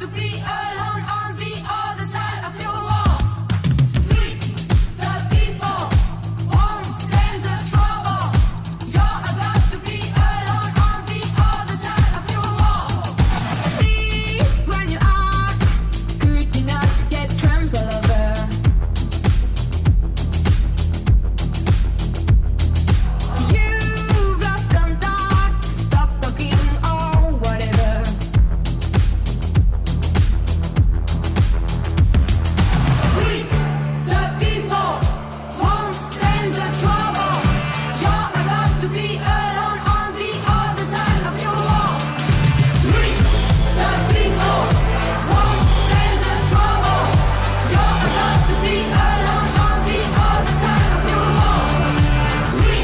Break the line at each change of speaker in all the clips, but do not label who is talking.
to be alone on the other side of your wall. We, the people, won't stand the trouble. You're about to be alone on the other side of your wall. Please, when you are, could you not get crumbs all over? You've lost contact. Stop talking or whatever. We, the people, won't stand the trouble. You're about to be alone on the other side of your wall. We, the people, won't stand the trouble. You're about to be alone on the other side of your wall. We,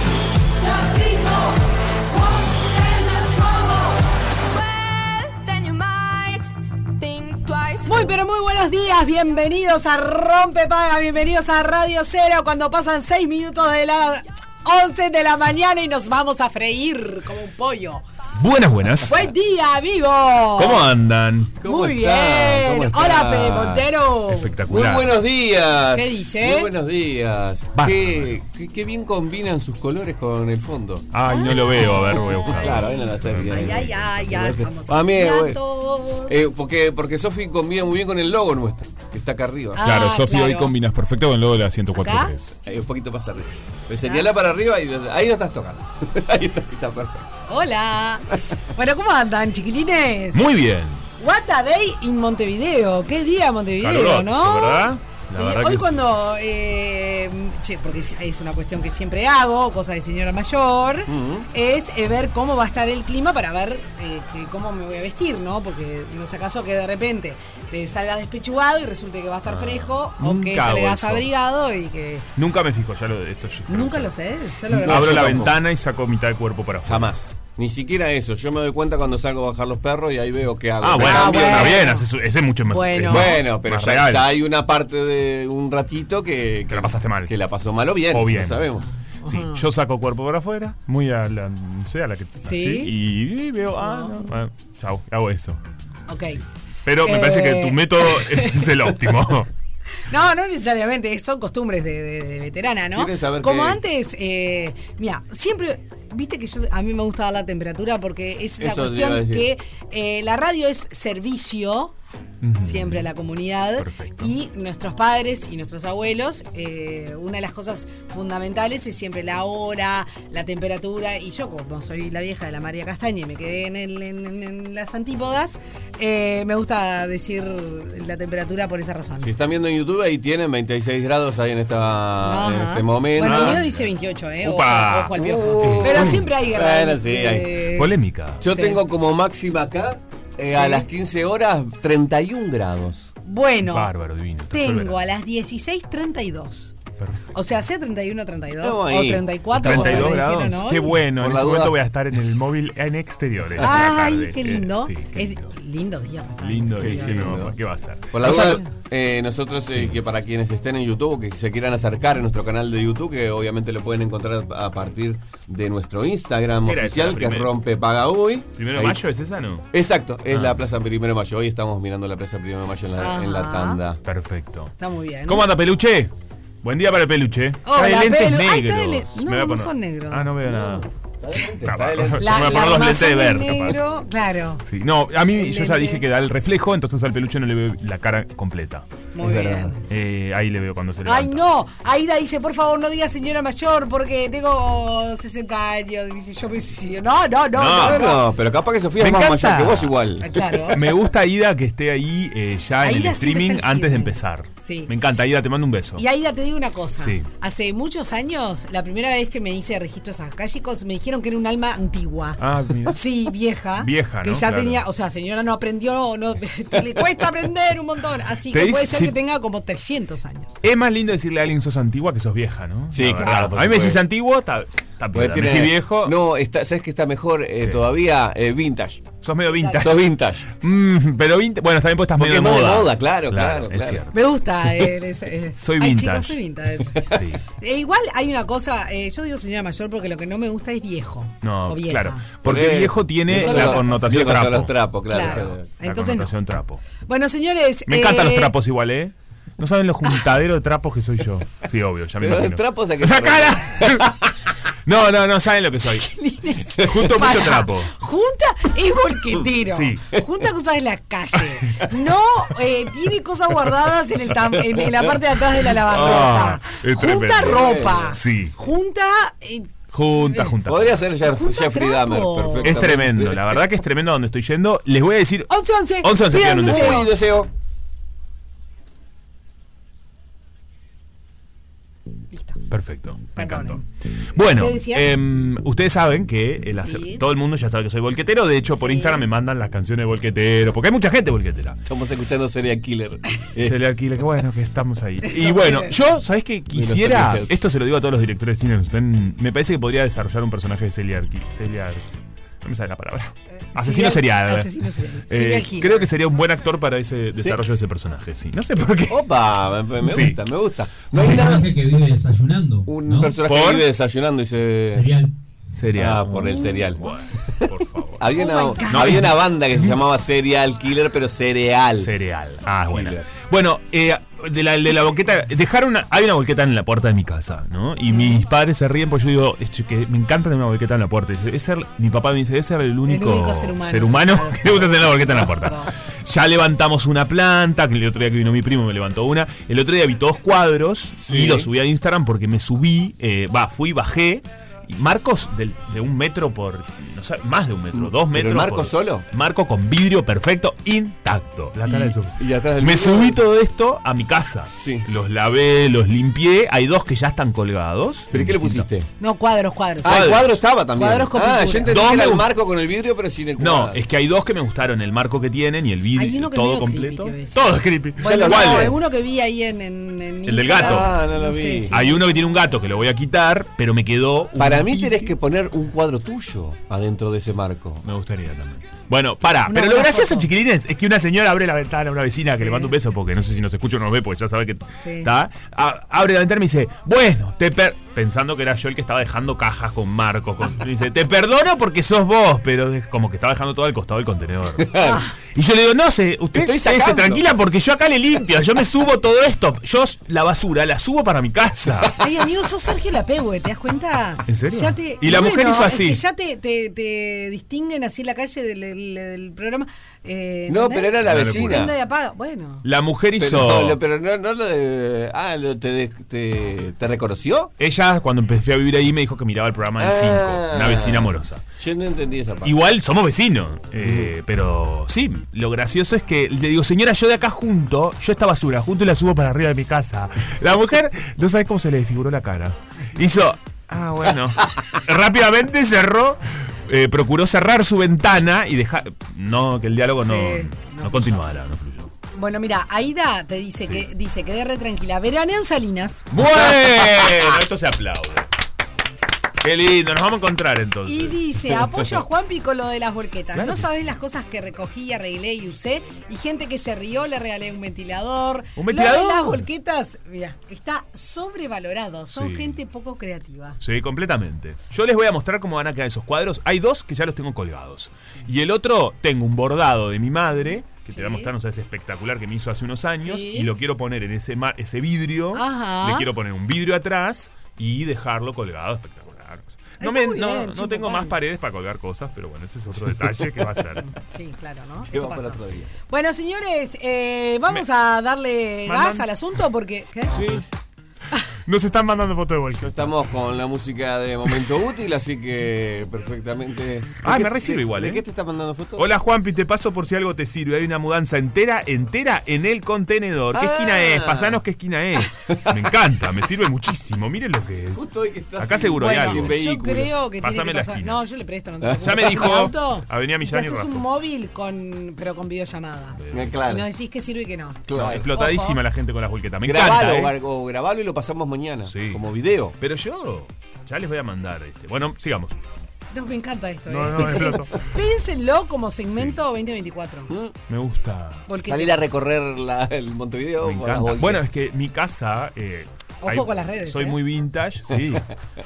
the people, won't stand the trouble. Well, then you might think twice.
Muy pero muy buenos días, bienvenidos a Rompe Paga, bienvenidos a Radio Cero cuando pasan 6 minutos de las 11 de la mañana y nos vamos a freír como un pollo.
Buenas, buenas.
Buen día, amigo.
¿Cómo andan?
¿Cómo
muy
están?
bien.
¿Cómo
Hola,
están?
Fede Montero.
Muy
Espectacular.
buenos días.
¿Qué dice?
Muy buenos días.
Bárbaro.
Qué, qué- qué bien combinan sus colores con el fondo.
Ay, no lo veo. A ver, voy a buscarlo.
Claro, ahí no la está bien.
Ay, ay, ay, ya estamos
Ah,
A mí, eh,
hablando.
eh, porque, porque Sofi combina muy bien con el logo nuestro, que está acá arriba.
Ah.
Claro, Sofía, hoy
claro.
combinas perfecto con lo de la
¿Acá?
104.3.
Ahí, un poquito más arriba. Me señala para arriba y ahí no estás tocando. ahí está, está perfecto.
Hola. Bueno, ¿cómo andan, chiquilines?
Muy bien.
What a day in Montevideo. Qué día Montevideo,
Caluroso,
¿no?
¿verdad? La
Sí,
verdad que
hoy
sí.
cuando, eh, che, porque es- es una cuestión que siempre hago, cosa de señora mayor, es eh, ver cómo va a estar el clima para ver eh, que- cómo me voy a vestir, ¿no? Porque no sé acaso que de repente te salgas despechugado y resulte que va a estar fresco, o que
Ah. nunca hago
salgas
eso.
abrigado y que...
Nunca me fijo, ya lo de esto. yo creo
Nunca
que-
lo sé, yo lo
No,
verdad.
Abro
yo
la
tampoco.
ventana y saco mitad del cuerpo para afuera.
Jamás. Ni siquiera eso. Yo me doy cuenta cuando salgo a bajar los perros y ahí veo qué hago.
Ah,
Me
bueno,
Ah,
cambio
está
bueno.
bien. haces- Ese es mucho más.
Bueno.
es más-
Bueno, pero
más
ya,
real.
ya hay una parte de un ratito que,
la pasaste mal.
Que la pasó mal o bien.
O bien.
No sabemos.
Sí, yo saco cuerpo para afuera, muy a la, no sé, a la que así, y veo, ah, no, bueno, chao, hago eso.
Ok.
Pero me
Eh.
parece que tu método es el óptimo.
No, no necesariamente, son costumbres de, de- de veterana, ¿no?
¿Quieres saber
Como
qué-
antes, eh, mira, siempre, viste que yo a mí me gusta dar la temperatura porque es esa
Eso te iba a
cuestión que
decir.
eh, la radio es servicio. Siempre a la comunidad
Perfecto.
y nuestros padres y nuestros abuelos, eh, una de las cosas fundamentales es siempre la hora, la temperatura y yo como soy la vieja de la María Castaña y me quedé en, el- en- en- en las antípodas, eh, me gusta decir la temperatura por esa razón.
Si están viendo en YouTube, ahí tienen 26 grados ahí en, esta, en
Ajá.
este momento.
Bueno, el mío dice 28, ¿eh? Ojo,
Ah, Upa.
ojo al piojo.
Uh.
Pero siempre hay guerra.
Bueno, sí,
eh,
hay.
Polémica.
Yo
Sí.
tengo como máxima acá, eh, a
Sí.
las 15 horas, 31 grados.
Bueno,
Bárbaro, divino. está todo el
tengo
verano.
a las 16.32.
Perfecto.
O sea, sea 31, 32
Estamos
o
ahí.
34. como
32
me dijeron
grados.
hoy.
Qué bueno.
Por
en
la
ese
duda.
momento voy a estar en el móvil en exteriores. en la
Ay,
tarde.
qué lindo.
Eh, sí, qué lindo.
Es lindo día para estar.
Lindo,
Sí.
dije, no, ¿qué va a ser?
Por la
O sea,
duda, eh, nosotros, eh, que para quienes estén en YouTube o que se quieran acercar a nuestro canal de YouTube, que obviamente lo pueden encontrar a partir de nuestro Instagram
Era esa
oficial,
la
que es
primera.
Rompe Paga Hoy.
¿Primero de
Ahí-
mayo es esa, no? Ah.
Exacto, es la Plaza Primero de Mayo. Hoy estamos mirando la Plaza Primero de Mayo en la, en la
Ajá.
tanda.
Perfecto.
Está muy bien.
¿Cómo anda, peluche? Buen día para el peluche. Está de
Hola,
lentes
Pelu. Ay,
negros.
está de le-
Me
no,
voy a
no
poner-
son negros.
Ah, no veo nada.
Está adelante.
La- me voy a poner los lentes de
armazón
ver,
en
capaz.
negro, claro.
Sí, no, a mí yo ya
Lente.
dije que da el reflejo, entonces al peluche no le veo la cara completa.
Muy
Es
bien.
verdad.
Eh, ahí le veo cuando se levanta.
Ay, no. Aida dice, por favor, no diga señora mayor porque tengo 60 años. Dice, yo me suicidio. No, no, no,
No,
no. no.
No, pero capaz que Sofía
Me
es más
encanta.
mayor que vos igual.
Ah, Claro.
Me gusta Aida que esté ahí eh, ya en el
Aida siempre
streaming
está al
antes de
firme.
empezar.
Sí.
Me encanta, Aida, te mando un beso.
Y Aida, te digo una cosa.
Sí.
Hace muchos años, la primera vez que me hice registros acálicos, me dijeron que era un alma antigua.
Ah, mira.
Sí, vieja.
Vieja,
Que
¿no?
ya
Claro.
tenía, o sea, señora no aprendió, no, le cuesta aprender un montón. Así
Te
que
dice-
puede ser
sí.
que tenga como 300 años.
Es más lindo decirle a alguien sos antigua que sos vieja, ¿no?
Sí,
La verdad.
claro, por
A mí me
supuesto.
decís antiguo, está está
Porque
piola. Me
Pues tiene-
decís viejo,
No, está, ¿sabes que está mejor eh, todavía? Eh, vintage.
sos medio vintage.
Sos vintage.
Mm, pero vintage, bueno, también pues estás
Porque
medio
es más de
moda.
moda, claro, claro,
Es
claro.
cierto.
Me gusta. eh, les- eh.
Soy
Ay,
vintage.
chicos, soy vintage.
Sí.
E igual hay una cosa, eh, yo digo señora mayor porque lo que no me gusta es viejo.
No,
o vieja.
claro. Porque viejo tiene
Eso
la
lo-
connotación
viejo son
trapo.
los trapos, claro.
Claro.
o sea,
La
Entonces no.
connotación trapo.
Bueno, señores.
Me encantan los
eh,
trapos igual, ¿eh? No saben lo juntadero de trapos que soy yo. Sí, obvio, ya me
Pero
imagino.
trapos a que-
¡La cara! No, no, no saben lo que soy. Junto mucho
Pará.
trapo.
Junta es bolquetero.
Sí.
Junta cosas en la calle. No eh, tiene cosas guardadas en, el tam- en- en la parte de atrás de la
Ah,
lavarropa.
es
junta
tremendo.
ropa.
Eh, Sí.
Junta. eh,
Junta, junta.
Podría ser Jeff-
Junta
Jeffrey
trapo.
Dahmer, perfectamente.
Es tremendo, la verdad que es tremendo donde estoy yendo. Les voy a decir.
11, 11.
11, 11,
Pidan
pidan un
un
deseo.
Uy, deseo.
Listo.
Perfecto, me
Perdón.
encantó. Bueno,
¿Qué decías?
em, ustedes saben que el hacer-
Sí.
todo el mundo ya sabe que soy volquetero. De hecho, por Instagram me mandan las canciones de volquetero, porque hay mucha gente volquetera.
Estamos escuchando Serial Killer. Eh,
Se le alquila, qué bueno que estamos ahí. Y bueno, yo, ¿sabés qué? Quisiera.
Perfect.
Esto se lo digo a todos los directores de cine. que nos están- me parece que podría desarrollar un personaje de Celia. Arqui- Celia no me sale la palabra. Asesino
Eh, serial-
serial.
asesino serial.
Eh,
Serial killer.
creo que sería un buen actor para ese desarrollo de ese personaje, sí. No sé por qué.
Opa, me, me
Sí.
gusta, me gusta. No
Un
hay nada.
personaje que vive desayunando.
Un
¿no?
personaje
¿Por?
que vive desayunando y se.
Cereal.
Serial. Uh,
Ah, por el cereal.
Bueno, por favor.
Había, una,
Oh my God.
no, había una banda que se llamaba Serial Killer, pero cereal.
Cereal. Ah, bueno.
Killer.
Bueno, eh, de, la, de la boqueta. Dejaron una, hay una boqueta en la puerta de mi casa, ¿no? Y mis padres se ríen porque yo digo, "Es que me encanta tener una boqueta en la puerta. Y dice, "Es ser- mi papá me dice, es ser el único,
único ser humano,
humano
sí, claro.
que le gusta tener la boqueta en la puerta. Ya levantamos una planta, que el otro día que vino mi primo me levantó una. El otro día vi todos cuadros y
Sí.
los subí a Instagram porque me subí, eh, va, fui, bajé. y Marcos del- de un metro por. No sé, más de un metro, dos
¿Pero
metros.
el marco
por-
solo?
Marco con vidrio perfecto, intacto. La cara de Sofi.
y atrás del
Me
vidrio-
subí todo esto a mi casa.
Sí.
Los lavé, los limpié. Hay dos que ya están colgados.
¿Pero qué le
Distinto.
pusiste?
No, cuadros, cuadros.
Ah, el cuadro estaba también.
Cuadros con
ah,
pintura.
yo entendí
Dos
que era
me
el
gust-
marco con el vidrio, pero sin el
No,
cuadro.
es que hay dos que me gustaron, el marco que tienen y el
Hay
vidrio,
uno que
todo
medio
completo.
creepy, te voy a decir.
todo es creepy.
Bueno,
¿Cuál
no,
es?
hay uno que vi ahí en. en- en
El del
Instagram.
gato.
Ah, no lo vi.
sé si-
Hay uno que tiene un gato que lo voy a quitar, pero me quedó. un
Para mí
pi-
tenés que poner un cuadro tuyo adentro de ese marco.
Me gustaría también. Bueno, para,
Una
pero lo
buena
gracioso,
foto.
chiquilines, es que una señora abre la ventana a una vecina que
Sí.
le manda un beso porque no sé si nos escucha o nos ve, porque ya sabe que
Sí.
está. A- abre la ventana y me dice, bueno, te per pensando que era yo el que estaba dejando cajas con marcos. con- me dice, te perdono porque sos vos, pero es como que estaba dejando todo al costado del contenedor.
Ah.
y yo le digo, no sé, usted
Estoy
se
sacando.
tranquila porque yo acá le limpio, yo me subo todo esto. Yo s- la basura la subo para mi casa.
Ay, amigo, sos Sergio Lapegue, ¿te das cuenta?
¿En serio?
Ya te-
Y la mujer hizo
es
así.
que ya te, te- te distinguen así en la calle del, del- del programa. eh,
No,
¿entendés?
pero era la
Una
vecina.
Prenda y apaga. Bueno.
La mujer hizo...
Pero no, lo- pero no, no lo de. Ah, lo- te, de- te, te reconoció.
Ella, cuando empecé a vivir ahí, me dijo que miraba el programa del 5,
Ah.
una vecina amorosa.
Yo no entendí esa parte.
Igual somos vecinos, eh, pero sí, lo gracioso es que le digo, señora, yo de acá junto, yo esta basura, junto y la subo para arriba de mi casa. La mujer, no sabes cómo se le desfiguró la cara. Hizo, ah, bueno. Rápidamente cerró, eh, procuró cerrar su ventana y dejar, no, que el diálogo no,
Sí,
no,
no
continuara, no fluyó.
Bueno, mira, Aida te dice
Sí.
que dice quedé re tranquila. Veraneo en Salinas.
Bueno, esto se aplaude. Qué lindo, nos vamos a encontrar entonces.
Y dice, apoyo a Juanpi con lo de las volquetas.
Claro
no
que
sabés las cosas que recogí, arreglé y usé. Y gente que se rió, le regalé un ventilador.
¿Un
Lo
ventilador?
de las volquetas, mira, está sobrevalorado. Son
Sí.
gente poco creativa.
Sí, completamente. Yo les voy a mostrar cómo van a quedar esos cuadros. Hay dos que ya los tengo colgados. Y el otro, tengo un bordado de mi madre, que te voy a mostrar, no sabes, espectacular que me hizo hace unos años.
Sí.
Y lo quiero poner en ese, ma- ese vidrio.
Ajá.
Le quiero poner un vidrio atrás y dejarlo colgado espectacular. No,
Está
me,
muy
no,
bien,
no
Chimpo,
tengo más
vale.
paredes para colgar cosas, pero bueno, ese es otro detalle que va a ser.
Sí, claro, ¿no?
Que
Esto
va para
pasa.
otro día.
Bueno, señores, eh, vamos a darle
Mandan-
gas al asunto porque. ¿qué?
Sí,
Nos están mandando fotos de Volker.
estamos con la música de momento útil, así que perfectamente.
Ah,
¿De
me
qué-
re sirve
de-
igual,
¿De
eh.
qué te está mandando fotos?
Hola Juanpi, te paso por si algo te sirve. Hay una mudanza entera, entera en el contenedor. ¿Qué
Ah.
esquina es? Pasanos qué esquina es. Me encanta, me sirve muchísimo. Miren lo que es.
Justo hoy que estás
Acá
sin-
seguro hay
sin
Bueno,
algo.
yo
vehículo. ¿Eh?
creo que
Pásame
tiene que
la
pasar.
esquina.
No, yo le presto, no te
Ya
preocupes.
me dijo
Un auto,
Avenida Millán y
Te haces un
Raffo.
móvil con, pero con videollamada.
Eh,
Y
Claro.
nos decís que sirve y que no.
No,
claro.
explotadísima la gente con la Julqueta. Me
Grabalo,
encanta. ¿eh?
Marco, grabalo y lo pasamos mañana.
Sí.
Como video.
Pero yo ya les voy a mandar este. Bueno, sigamos.
No, me encanta esto.
No,
eh.
no, es plazo.
Piénsenlo como segmento 2024.
Me gusta.
Porque
Salir
te-
Mm. a recorrer la- el Montevideo.
Me
por las
encanta.
volcas.
Bueno, es que mi casa. eh,
Ojo con las redes,
Soy
¿eh?
muy vintage, sí.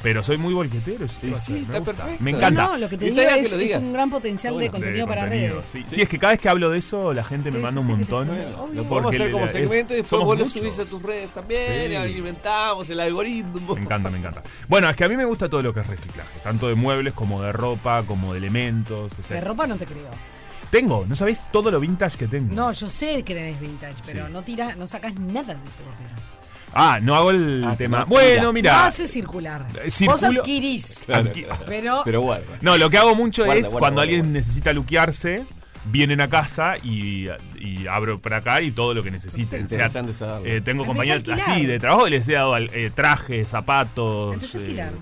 pero soy muy volquetero. Sí,
Y
va a ser,
sí,
me
está
gusta.
perfecto.
Me
No,
encanta.
No, lo que te
Está
digo
bien que
es,
lo
es
digas.
un gran potencial de
bueno,
de
contenido para
contenido,
redes.
Sí. Sí, es que cada vez que hablo de eso, la gente me
Sí,
manda
sí,
un
sí, que te
montón.
está bien, obvio.
Lo podemos hacer
le-
como
es-
segmento y después
somos
vos lo
muchos.
subís a tus redes también,
Sí.
alimentamos el algoritmo.
Me encanta, me encanta. Bueno, es que a mí me gusta todo lo que es reciclaje, tanto de muebles como de ropa, como de elementos. o sea,
De ropa no te creo.
Mm. Tengo, ¿no sabés todo lo vintage que tengo?
No, yo sé que tenés vintage, pero no tirás, no sacás nada de tu ropero.
Ah, no hago el
Ah,
tema.
no,
bueno,
No
mira.
hace circular. Vos
circulo-
adquirís. Pero,
Pero guarda.
No, lo que hago mucho
Guarda,
es
guarda,
cuando
guarda,
alguien
guarda.
necesita luquearse, vienen a casa y, y abro para acá y todo lo que necesiten. O sea,
Interesante saberlo.
eh, tengo
Empecé
compañeros
a alquilar.
así de trabajo y les he dado al- eh, trajes, zapatos. eh,
Empecé a alquilar.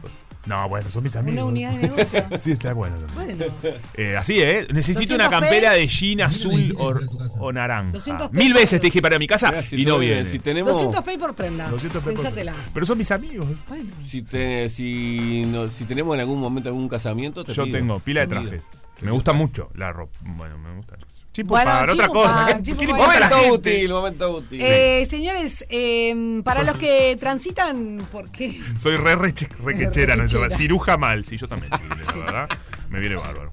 no, bueno, son mis amigos.
unidad de negocio.
sí, está bueno. también.
bueno,
Eh, así, ¿eh? Necesito una
200
campera
P.
de jean azul o, o naranja.
200 P.
Mil veces te dije para mi casa
Mirá, si
y no
todavía-
viene.
Si tenemos.
200 pay por prenda.
200 P por-
Pensátela.
Pero son mis amigos.
Bueno,
Si, te- si, no- si tenemos en algún momento algún casamiento, te
Yo
pido,
tengo pila de
te pido.
trajes. Me gusta mucho la ropa. Bueno, me gusta. Chipo
Bueno,
para otra
chipo
cosa.
para,
¿Qué-
chipo
qué le
para.
importa a la
Momento
gente?
útil, momento útil.
Eh, señores, eh, para los que transitan, ¿por qué?
Soy re, re, che- re quechera, no sé,
Requechera.
ciruja mal. Sí, yo también, chiquilines, la verdad. Me viene bárbaro.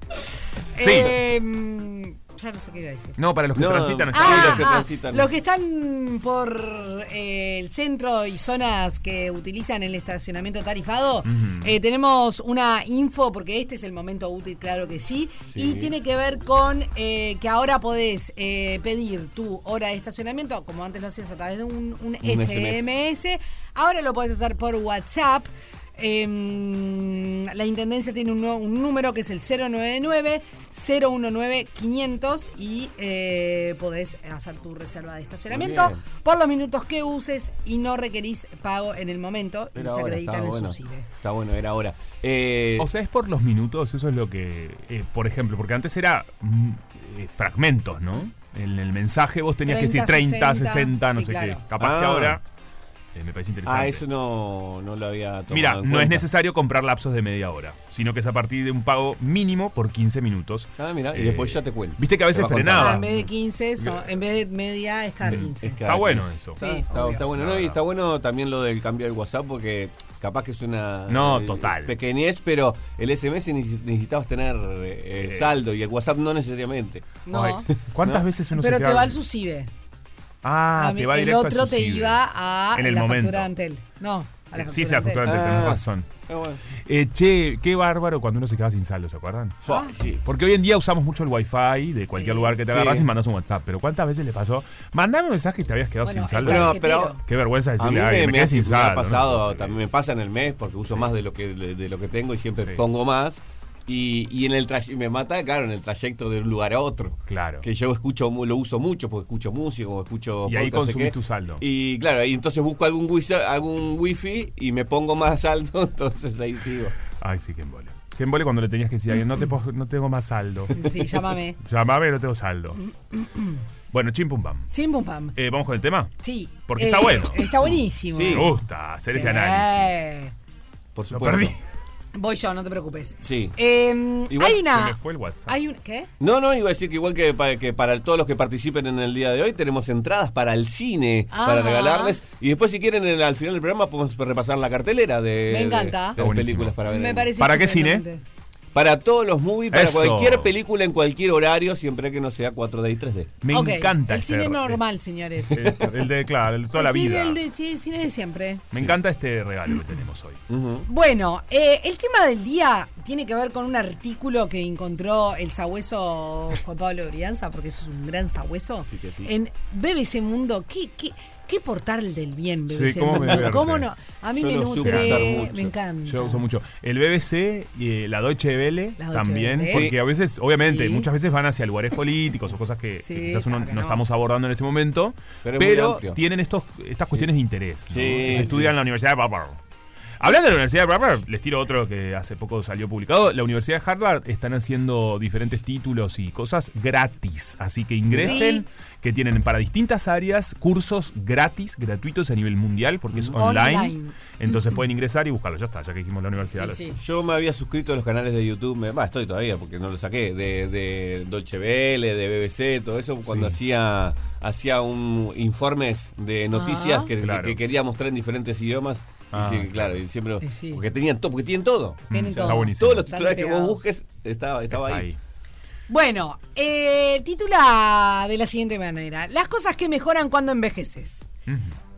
Sí.
Eh, ya no sé qué iba a decir.
no, para los que
No. Ah,
transitan. está
los que
bien.
transitan.
los que están por eh, el centro y zonas que utilizan el estacionamiento tarifado, eh, tenemos una info, porque este es el momento útil, claro que sí,
Sí.
y tiene que ver con eh, que ahora podés eh, pedir tu hora de estacionamiento, como antes lo hacías a través de un, un
SMS.
SMS, ahora lo podés hacer por WhatsApp. Em, la Intendencia tiene un, nuevo- un número que es el 099-019-500 y eh, podés hacer tu reserva de estacionamiento
Muy bien.
por los minutos que uses y no requerís pago en el momento y se
Era ahora,
acreditan
estaba
en
bueno.
su CIBE.
Está bueno, era ahora. Eh,
O sea, es por los minutos, eso es lo que. eh, por ejemplo, porque antes era mm, eh, fragmentos, ¿no? En el mensaje vos tenías que decir
30,
30, 60, no
sí,
sé
claro.
qué. Capaz que
Ah.
ahora eh, me parece interesante.
ah, eso no, no lo había tomado.
Mira,
en
no es
cuenta.
necesario comprar lapsos de media hora, sino que es a partir de un pago mínimo por 15 minutos.
Ah, mira, y
Eh,
después ya te cuelgo.
Viste que a veces
Te va a contar.
frenaba.
Ah, en vez de 15, eso, en vez de media es cada 15.
Es cada
Está bueno
15.
eso.
Sí,
Está,
obvio.
está bueno, ¿no? Y está bueno también lo del cambio del WhatsApp porque capaz que es una
No,
eh,
total.
pequeñez, pero el SMS neces- necesitabas tener eh, eh, saldo y el WhatsApp no necesariamente.
No.
Ay, ¿Cuántas veces uno
Pero
se
te va
queda-
al SUSIBE.
Ah,
A mí-
te va
el
directo al
otro te
Suicidio.
iba a
En el
la
momento.
factura de Antel. No, a la factura
Sí, sí, a la
de Antel.
factura de Antel, tenés
Ah.
razón.
Ah, bueno.
Eh, che, qué bárbaro cuando uno se queda sin saldo, ¿se acuerdan?
Fua, ah, sí.
Porque hoy en día usamos mucho el wifi de cualquier
Sí.
lugar que te
Sí.
agarras y mandas un WhatsApp. Pero ¿cuántas veces le pasó? Mandame un mensaje y te habías quedado
Bueno,
sin
el
saldo.
Bueno,
tarjetero.
Qué vergüenza
A mí
decirle, ay,
me,
me
me
quedé
ha-
sin
me
saldo.
ha
¿no?
pasado, también me pasa en el mes porque uso más de lo que de, de lo que tengo y siempre
Sí.
pongo más. Y, y en el tray- y me mata, claro, en el trayecto de un lugar a otro.
Claro.
Que yo escucho, mu- lo uso mucho porque escucho música o escucho.
Y ahí
podcast, no sé
consumís
qué.
tu saldo.
Y claro, y entonces busco algún wifi, algún wifi y me pongo más saldo, entonces ahí sigo.
Ay, sí, qué embole. Qué embole cuando le tenías que decir a alguien, no, te puedo- no tengo más saldo.
Sí, llámame.
Llamame, no tengo saldo. Bueno, chim pum pam.
Chim pum pam.
Eh, ¿Vamos con el tema?
Sí.
Porque está bueno.
Eh, Está buenísimo.
Sí.
Me gusta hacer
Sí.
este análisis.
Por
Lo
supuesto.
perdí.
Voy yo, no te preocupes.
Sí.
Eh,
Igual
hay una.
se me fue el WhatsApp.
Hay un, ¿Qué?
No, no, iba a decir que igual que para, que para todos los que participen en el día de hoy, tenemos entradas para el cine para
Ajá.
regalarles. Y después, si quieren, en- al final del programa podemos repasar la cartelera de,
Me encanta.
Eh, de- de
Está
las
buenísimo.
películas para ver.
Me
en-
parece
¿Para qué
estupendamente.
Para todos los movies, para
Eso.
cualquier película en cualquier horario, siempre que no sea 4D y 3D.
Me
Ok,
encanta
El
este
cine
re-
normal, señores.
eh, El de, claro, el de toda la
El cine-
vida.
El, de- sí, el cine de siempre.
Me encanta este regalo que tenemos hoy.
Bueno, eh, el tema del día tiene que ver con un artículo que encontró el sabueso Juan Pablo Brianza, porque eso es un gran sabueso.
Sí que sí.
En BBC Mundo, ¿qué, qué, qué portal del bien,
Sí,
BBC
¿cómo me
Mundo?
divierte?
¿Cómo no? A mí
Yo
me
lo supe usar
nutre,
mucho.
me encanta.
Yo uso mucho. El BBC y eh, la Deutsche Welle
La Deutsche
también,
Welle.
porque a veces, obviamente,
Sí.
muchas veces van hacia lugares políticos o cosas que, que
Sí,
quizás uno
claro que
no
no.
estamos abordando en este momento,
Pero
pero,
es muy amplio.
tienen estos, estas cuestiones de interés. ¿no?
Sí,
que
sí.
se estudian en la Universidad de Harvard. Hablando de la Universidad de Harvard, les tiro otro que hace poco salió publicado. La Universidad de Harvard están haciendo diferentes títulos y cosas gratis. Así que ingresen, que tienen para distintas áreas cursos gratis, gratuitos a nivel mundial, porque es online.
Mm. Online.
Entonces pueden ingresar y buscarlo. Ya está, ya que dijimos la universidad.
Y sí.
Yo me había suscrito a los canales de YouTube, me, bah, estoy todavía porque no lo saqué, de, de Dolce Vele, de BBC, todo eso, cuando hacía hacía un informes de noticias que,
Claro.
que quería mostrar en diferentes idiomas.
Ah, Mm,
y sí, claro, y siempre.
Y sí.
Porque tenían todo, porque tienen todo.
Tienen
Está
todo.
buenísimo.
Todos los
Están
titulares que vos
pegados.
busques estaba, estaba
Está
ahí.
ahí.
Bueno, eh, titula de la siguiente manera: Las cosas que mejoran cuando envejeces.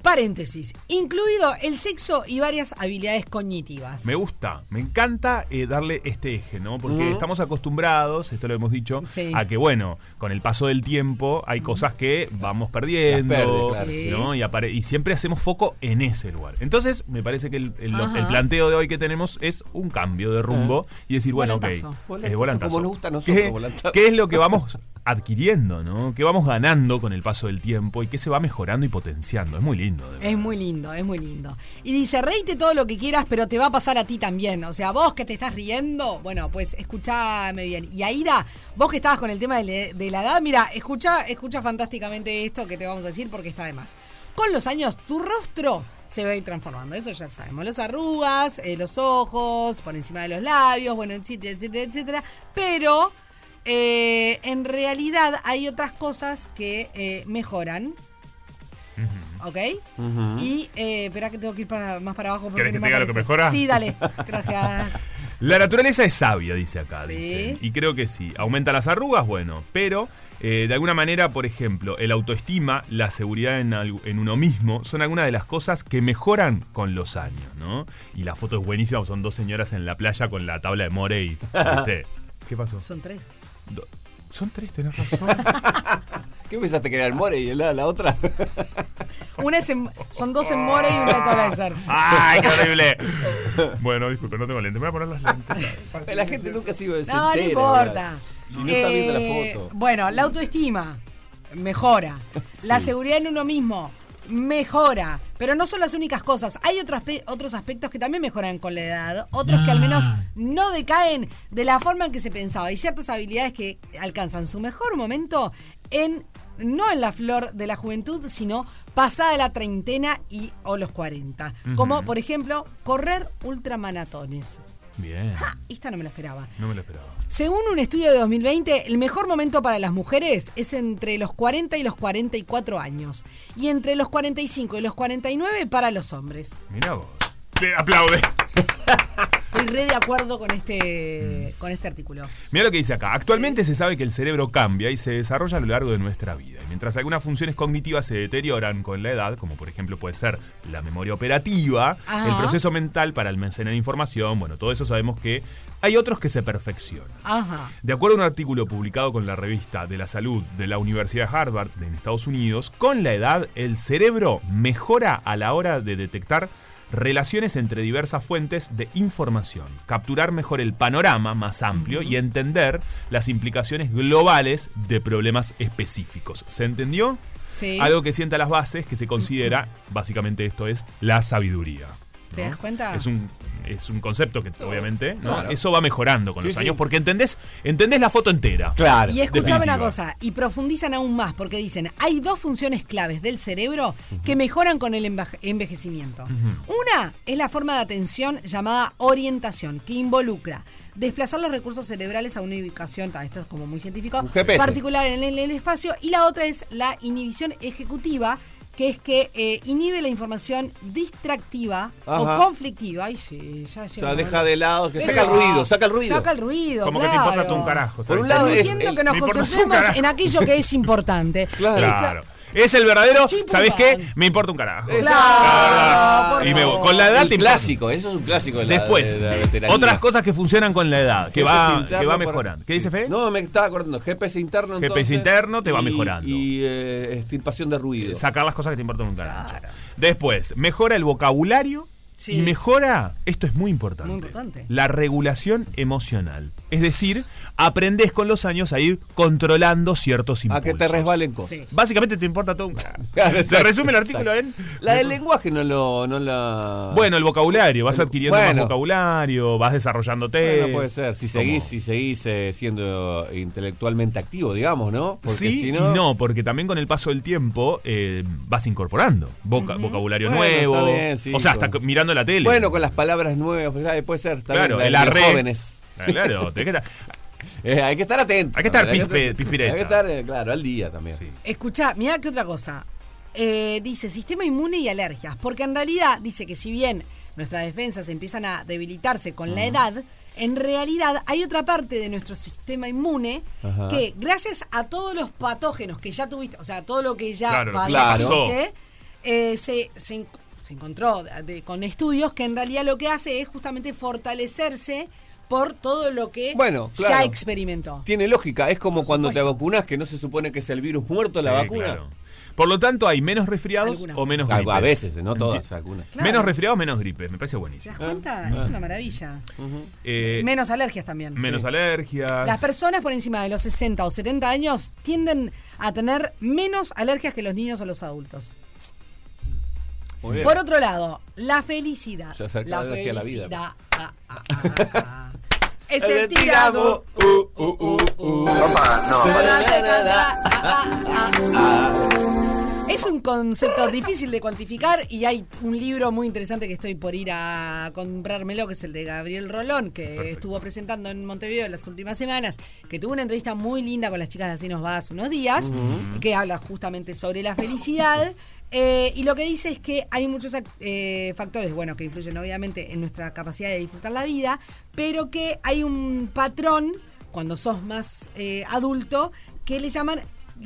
Paréntesis, incluido el sexo y varias habilidades cognitivas.
Me gusta, me encanta eh, darle este eje, ¿no? Porque estamos acostumbrados, esto lo hemos dicho,
Sí.
a que, bueno, con el paso del tiempo hay cosas que vamos perdiendo,
Las perde,
claro.
¿no? Y, apare- y siempre hacemos foco en ese lugar. Entonces, me parece que el, el- lo- el planteo de hoy que tenemos es un cambio de rumbo y decir, bueno,
Ah. Volantazo.
ok,
Volantazo,
eh,
como nos gusta a nosotros,
¿Qué-
volantazo.
¿Qué es lo que vamos adquiriendo, ¿no? ¿Qué vamos ganando con el paso del tiempo y qué se va mejorando y potenciando? Es muy lindo, de verdad.
Es muy lindo, es muy lindo. Y dice, reíte todo lo que quieras, pero te va a pasar a ti también. O sea, vos que te estás riendo, bueno, pues escuchame bien. Y Aida, vos que estabas con el tema de, le- de la edad, mira, escucha, escucha fantásticamente esto que te vamos a decir porque está de más. Con los años, tu rostro se va a ir transformando. Eso ya sabemos. Las arrugas, eh, los ojos, por encima de los labios, bueno, etcétera, etcétera, etcétera. Pero... eh, en realidad hay otras cosas que eh, mejoran ¿ok? Y, eh, espera que tengo que ir para, más para abajo. porque
¿Querés que
no me
te diga lo que
aparece.
mejora?
Sí, dale, gracias.
La naturaleza es sabia, dice acá,
Sí.
dicen. Y creo que sí. Aumenta las arrugas, bueno. Pero, eh, de alguna manera, por ejemplo, el autoestima, la seguridad en, al- en uno mismo, son algunas de las cosas que mejoran con los años, ¿no? Y la foto es buenísima, son dos señoras en la playa con la tabla de Morey. ¿Viste? Este, ¿Qué pasó?
Son tres.
Do- Son tres, tenés razón.
¿Qué pensaste que era el More y la, la otra?
Una es en- son dos en More y una de tabla de surf.
¡Ay, qué horrible! Bueno, disculpe, no tengo lentes. Me voy a poner los lentes.
la gente nunca se, se
No, no
entera,
importa.
Si no está
Eh,
viendo la foto.
Bueno, la autoestima mejora. La seguridad en uno mismo mejora. Pero no son las únicas cosas. Hay otros, aspe- otros aspectos que también mejoran con la edad. Otros que al menos no decaen de la forma en que se pensaba. Hay ciertas habilidades que alcanzan su mejor momento en no en la flor de la juventud, sino pasada la treintena y o los 40. Como por ejemplo correr ultramaratones.
Bien.
Ah, esta no me la esperaba.
No me lo esperaba.
Según un estudio de 2020, el mejor momento para las mujeres es entre los 40 y los 44 años. Y entre los 45 y los 49 para los hombres.
Mirá vos. Te aplaude.
Estoy re de acuerdo con este, con este artículo.
Mira lo que dice acá. Actualmente se sabe que el cerebro cambia y se desarrolla a lo largo de nuestra vida. Y mientras algunas funciones cognitivas se deterioran con la edad, como por ejemplo puede ser la memoria operativa,
Ajá.
el proceso mental para almacenar información, bueno, todo eso sabemos que hay otros que se perfeccionan.
Ajá.
De acuerdo a un artículo publicado con la revista de la salud de la Universidad de Harvard en Estados Unidos, con la edad el cerebro mejora a la hora de detectar relaciones entre diversas fuentes de información, capturar mejor el panorama más amplio y entender las implicaciones globales de problemas específicos. ¿Se entendió?
Sí.
Algo que sienta las bases que se considera, básicamente esto es, la sabiduría.
¿Te das cuenta?
Es un, es un concepto que obviamente ¿no?
Claro.
eso va mejorando con
Sí,
los
sí.
años porque entendés, entendés la foto entera.
Claro.
Y escuchame una
Definitiva.
cosa, y profundizan aún más, porque dicen, hay dos funciones claves del cerebro que mejoran con el enveje- envejecimiento. Una es la forma de atención llamada orientación, que involucra desplazar los recursos cerebrales a una ubicación, ta, esto es como muy científico,
Un GPS.
particular en el, el espacio, y la otra es la inhibición ejecutiva que es que eh, inhibe la información distractiva
Ajá.
o conflictiva. Ay, sí, ya
O
llega.
sea, deja de lado, que
Pero-
saca el ruido, saca el ruido.
Saca el ruido,
Como que
claro.
te importa todo un carajo.
Por un
Está
lado
bien.
es-
Permitiendo
el-
que nos
me importa un
concentremos
carajo.
en aquello que es importante. Este,
Claro.
Claro. Es el verdadero,
Sí, puta.
¿sabés qué? Me importa un carajo.
Exacto.
Claro, por
y me voy.
favor.
Con la edad
El
te importa.
clásico, eso es un clásico de la-
Después,
de la veteranía.
otras cosas que funcionan con la edad, que
GPS
va, que
interno
va
por-
mejorando. ¿Qué dice Fede?
No, me estaba acordando. GPS interno.
GPS
entonces,
interno te va
y-
mejorando.
Y eh, extirpación de ruido.
Sacar las cosas que te importan un carajo. Después, mejora el vocabulario
Sí.
y mejora, esto es muy importante,
Muy importante.
la regulación emocional. Es decir, aprendes con los años a ir controlando ciertos
A
impulsos.
que te resbalen cosas.
Sí.
Básicamente te importa todo un carajo.
Claro,
Se
exacto,
resume el
exacto.
artículo en...
La del lenguaje no lo. No la...
Bueno, el vocabulario, vas
El-
adquiriendo
Ah. bueno.
más vocabulario, vas desarrollándote.
Bueno, puede ser. Si
Como-
seguís, si seguís eh, siendo intelectualmente activo, digamos, ¿no? Porque
sí
si
y
no.
no, porque también con el paso del tiempo eh, vas incorporando voca- vocabulario
Bueno, está
nuevo.
bien, sí,
o sea,
con-
hasta c- mirando la tele.
Bueno, con las palabras nuevas, ¿verdad? puede ser. También,
claro,
la de
el arre.
jóvenes.
Ah, Claro, tenés que estar-
Eh, hay que estar atento.
Hay que estar
también,
pispe- pispireta.
Hay que estar, eh, claro, al día también.
Sí.
Escuchá, mirá que otra cosa. Eh, dice sistema inmune y alergias. Porque en realidad dice que si bien nuestras defensas empiezan a debilitarse con la edad, en realidad hay otra parte de nuestro sistema inmune
Ajá.
que gracias a todos los patógenos que ya tuviste, o sea, todo lo que ya
Claro, lo que
ya
padeciste, eh, se, se en- se encontró de- con estudios que en realidad lo que hace es justamente fortalecerse por todo lo que
Bueno,
ya
claro.
experimentó.
Tiene lógica. Es como
Por
cuando te
supuesto.
vacunas, que no se supone que es el virus muerto la
Sí,
vacuna.
claro. Por lo tanto, hay menos resfriados
Algunas.
o menos
A-
gripes.
a veces, eh, no todas,
Enti-
algunas.
Claro.
Menos resfriados, menos gripes. Me parece
¿Te
Ah,
buenísimo.
das cuenta? Es una maravilla.
Eh,
Menos alergias también.
menos
Sí.
alergias.
Las personas por encima de los 60 o 70 años tienden a tener menos alergias que los niños o los adultos.
Muy bien.
Por otro lado, la felicidad.
Se acerca
La
la alergia a la vida.
felicidad. ah, ah, ah, ah. Es el tirado.
Uh, uh, uh, uh.
Ah, Es un concepto difícil de cuantificar y hay un libro muy interesante que estoy por ir a comprármelo, que es el de Gabriel Rolón, que estuvo presentando en Montevideo en las últimas semanas, que tuvo una entrevista muy linda con las chicas de Así nos va hace unos días, que habla justamente sobre la felicidad. eh, y lo que dice es que hay muchos ac- eh, factores, bueno, que influyen obviamente en nuestra capacidad de disfrutar la vida, pero que hay un patrón cuando sos más eh, adulto que le llaman